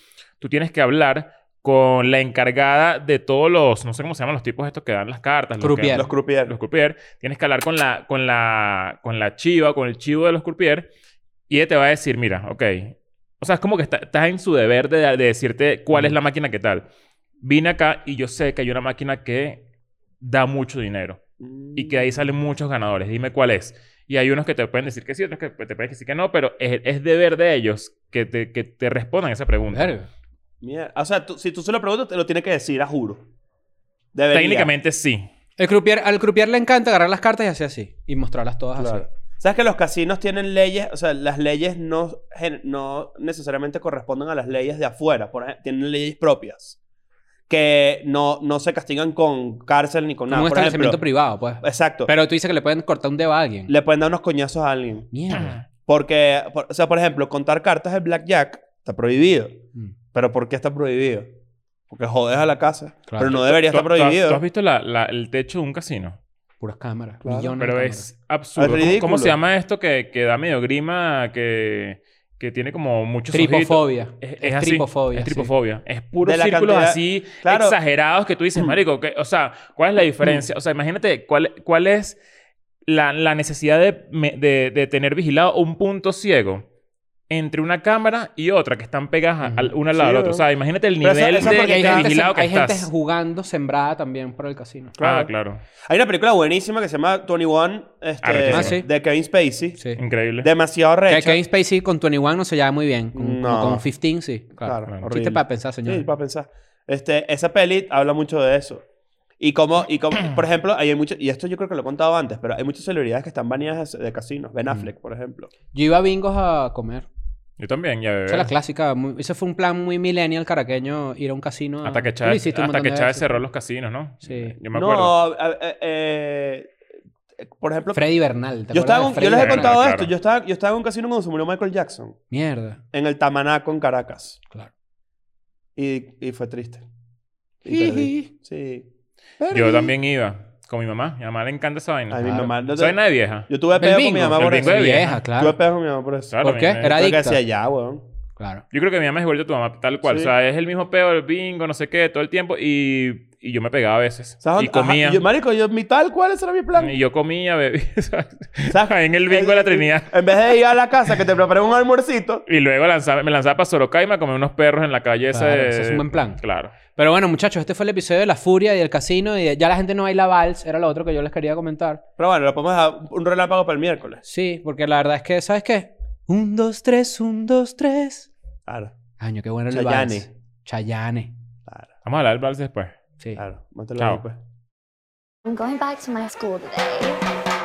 [SPEAKER 2] tú tienes que hablar con la encargada de todos los, no sé cómo se llaman los tipos estos que dan las cartas. los que-
[SPEAKER 4] Croupier.
[SPEAKER 3] Los croupiers.
[SPEAKER 2] los croupier, tienes que hablar con la, con la, con la chiva, con el chivo de los croupier, y ella te va a decir, mira, ok. O sea, es como que está- estás en su deber de, de decirte cuál es la máquina que tal. Vine acá y yo sé que hay una máquina que da mucho dinero
[SPEAKER 3] Mm.
[SPEAKER 2] y que de ahí salen muchos ganadores. Dime cuál es. Y hay unos que te pueden decir que sí, otros que te pueden decir que no, pero es, es deber de ellos que te, que te respondan esa pregunta.
[SPEAKER 4] Verga.
[SPEAKER 3] Mierda. O sea, tú- si tú se lo preguntas, te lo tiene que decir, a juro. Debería.
[SPEAKER 2] Técnicamente sí.
[SPEAKER 4] El croupier, al croupier le encanta agarrar las cartas y hacer así. Y mostrarlas todas
[SPEAKER 3] Claro.
[SPEAKER 4] así.
[SPEAKER 3] ¿Sabes que los casinos tienen leyes? O sea, las leyes no, gen- no necesariamente corresponden a las leyes de afuera. Por ejemplo, tienen leyes propias. Que no, no se castigan con cárcel ni con
[SPEAKER 4] Como
[SPEAKER 3] nada.
[SPEAKER 4] un
[SPEAKER 3] Por
[SPEAKER 4] establecimiento
[SPEAKER 3] ejemplo,
[SPEAKER 4] privado, pues.
[SPEAKER 3] Exacto.
[SPEAKER 4] Pero tú dices que le pueden cortar un dedo a alguien.
[SPEAKER 3] Le pueden dar unos coñazos a alguien.
[SPEAKER 4] Mierda.
[SPEAKER 3] Porque, por- o sea, por ejemplo, contar cartas de blackjack está prohibido.
[SPEAKER 4] Mm.
[SPEAKER 3] ¿Pero por qué está prohibido? Porque jodes a la casa.
[SPEAKER 4] Claro.
[SPEAKER 3] Pero no debería estar
[SPEAKER 2] ¿Tú- tú has-
[SPEAKER 3] prohibido.
[SPEAKER 2] ¿Tú has visto la- la- el techo de un casino?
[SPEAKER 4] Puras cámaras.
[SPEAKER 3] Claro.
[SPEAKER 4] Millones de
[SPEAKER 2] Pero
[SPEAKER 4] cámaras.
[SPEAKER 2] es absurdo.
[SPEAKER 3] Es
[SPEAKER 2] ¿Cómo- ¿Cómo,
[SPEAKER 3] ridículo.
[SPEAKER 2] se llama esto que, que da medio grima, que, que tiene como muchos ojitos?
[SPEAKER 4] Tripofobia.
[SPEAKER 2] Es, es así.
[SPEAKER 4] tripofobia.
[SPEAKER 2] Es
[SPEAKER 4] sí.
[SPEAKER 2] tripofobia. Es puros
[SPEAKER 3] De la
[SPEAKER 2] círculos
[SPEAKER 3] cantidad-
[SPEAKER 2] así
[SPEAKER 3] Claro.
[SPEAKER 2] exagerados que tú dices, marico, que- o sea, ¿cuál es la diferencia? O sea, imagínate cuál, cuál es la, la necesidad de, me- de- de tener vigilado un punto ciego entre una cámara y otra que están pegadas al- una al lado
[SPEAKER 3] Sí,
[SPEAKER 2] de la otra.
[SPEAKER 3] weón.
[SPEAKER 2] O sea, imagínate el
[SPEAKER 3] Pero eso-
[SPEAKER 2] nivel de,
[SPEAKER 3] eso es porque
[SPEAKER 4] Porque hay,
[SPEAKER 2] de
[SPEAKER 4] gente,
[SPEAKER 2] vigilado que
[SPEAKER 4] hay gente
[SPEAKER 2] estás.
[SPEAKER 4] jugando sembrada también por el casino.
[SPEAKER 2] Ah,
[SPEAKER 3] Claro.
[SPEAKER 2] claro.
[SPEAKER 3] Hay una película buenísima que se llama 21 este,
[SPEAKER 2] Arrechísima.
[SPEAKER 4] Ah, sí.
[SPEAKER 3] de Kevin Spacey.
[SPEAKER 4] Sí.
[SPEAKER 2] Increíble.
[SPEAKER 3] Demasiado
[SPEAKER 4] Que
[SPEAKER 3] recha.
[SPEAKER 4] Kevin Spacey con 21 no se lleva muy bien. Con,
[SPEAKER 3] No.
[SPEAKER 4] con 15 sí.
[SPEAKER 3] Claro,
[SPEAKER 4] Claro.
[SPEAKER 2] claro.
[SPEAKER 4] Un
[SPEAKER 3] horrible.
[SPEAKER 4] Chiste para pensar, señor.
[SPEAKER 3] Sí, para pensar. Este, esa peli habla mucho de eso. Y como, y como por ejemplo, ahí hay mucho, y esto yo creo que lo he contado antes, pero hay muchas celebridades que están baneadas de, de casinos. Ben Affleck, por ejemplo.
[SPEAKER 4] Yo iba a bingos a comer.
[SPEAKER 2] Yo también, ya
[SPEAKER 4] Esa es
[SPEAKER 2] bebé.
[SPEAKER 4] la clásica. muy- ese fue un plan muy millennial caraqueño, ir a un casino. a-
[SPEAKER 2] Hasta que
[SPEAKER 4] Ah. Tú lo
[SPEAKER 2] Chávez,
[SPEAKER 4] hiciste
[SPEAKER 2] hasta
[SPEAKER 4] un montón
[SPEAKER 2] que
[SPEAKER 4] de
[SPEAKER 2] Chávez
[SPEAKER 4] veces.
[SPEAKER 2] cerró los casinos, ¿no?
[SPEAKER 4] Sí.
[SPEAKER 2] Yo me acuerdo.
[SPEAKER 3] no, eh, eh, eh, eh, por ejemplo,
[SPEAKER 4] Freddy Bernal. ¿te
[SPEAKER 3] yo,
[SPEAKER 4] acuerdas
[SPEAKER 3] estaba en
[SPEAKER 4] de
[SPEAKER 3] un-
[SPEAKER 4] Freddy
[SPEAKER 3] yo les he
[SPEAKER 4] Bernal?
[SPEAKER 3] contado
[SPEAKER 2] Ah, Claro.
[SPEAKER 3] esto. Yo estaba, yo estaba en un casino cuando se murió Michael Jackson,
[SPEAKER 4] Mierda.
[SPEAKER 3] en el Tamanaco, en Caracas.
[SPEAKER 4] Claro.
[SPEAKER 3] Y, y fue triste. Y perdí. Sí.
[SPEAKER 2] Yo también iba con mi mamá. Mi mamá le encanta esa vaina.
[SPEAKER 3] A mi
[SPEAKER 4] Claro.
[SPEAKER 3] mamá. no te-
[SPEAKER 2] Soy una de vieja.
[SPEAKER 3] Yo tuve
[SPEAKER 4] El
[SPEAKER 3] peo con mi
[SPEAKER 4] bingo.
[SPEAKER 3] mamá
[SPEAKER 2] El
[SPEAKER 3] por
[SPEAKER 2] bingo
[SPEAKER 3] eso.
[SPEAKER 2] de vieja.
[SPEAKER 4] vieja,
[SPEAKER 3] Tuve
[SPEAKER 4] claro.
[SPEAKER 3] peo con mi mamá por eso.
[SPEAKER 2] Claro,
[SPEAKER 4] ¿Por
[SPEAKER 2] mi
[SPEAKER 4] qué?
[SPEAKER 2] mamá-
[SPEAKER 4] Era
[SPEAKER 3] Creo que
[SPEAKER 4] adicta.
[SPEAKER 3] hacia allá, weón.
[SPEAKER 4] Claro.
[SPEAKER 2] Yo creo que mi mamá es igual a tu mamá, tal cual.
[SPEAKER 3] Sí.
[SPEAKER 2] O sea, es el mismo peo, el bingo, no sé qué, todo el tiempo. Y, y yo me pegaba a veces.
[SPEAKER 3] ¿Sabes
[SPEAKER 2] Y
[SPEAKER 3] dónde? Ajá,
[SPEAKER 2] comía.
[SPEAKER 3] yo, marico, yo, mi tal cual, ese era mi plan.
[SPEAKER 2] Y yo comía, bebía. ¿sabes?
[SPEAKER 3] ¿Sabes?
[SPEAKER 2] en el bingo de la Trinidad.
[SPEAKER 3] eh, En vez de ir a la casa que te preparen un almuercito.
[SPEAKER 2] Y luego lanzaba- me lanzaba para Sorocay y me comía unos perros en la calle. esa
[SPEAKER 4] Claro,
[SPEAKER 2] de-
[SPEAKER 4] ese es un buen plan.
[SPEAKER 2] Claro.
[SPEAKER 4] Pero bueno, muchachos, este fue el episodio de la furia y del casino. Y de- ya la gente no baila vals. Era lo otro que yo les quería comentar.
[SPEAKER 3] Pero bueno, lo podemos dejar un relámpago para el miércoles.
[SPEAKER 4] Sí, porque la verdad es que, ¿sabes qué? Un, dos, tres, un, dos, tres.
[SPEAKER 3] Claro,
[SPEAKER 4] Año, qué bueno el
[SPEAKER 3] Chayanne.
[SPEAKER 4] vals. Chayane.
[SPEAKER 3] claro,
[SPEAKER 2] Vamos a hablar del vals después.
[SPEAKER 3] Ah,
[SPEAKER 4] Sí.
[SPEAKER 3] claro. Mándalo
[SPEAKER 2] Chao.
[SPEAKER 3] ahí, pues.
[SPEAKER 1] I'm going back to my school today.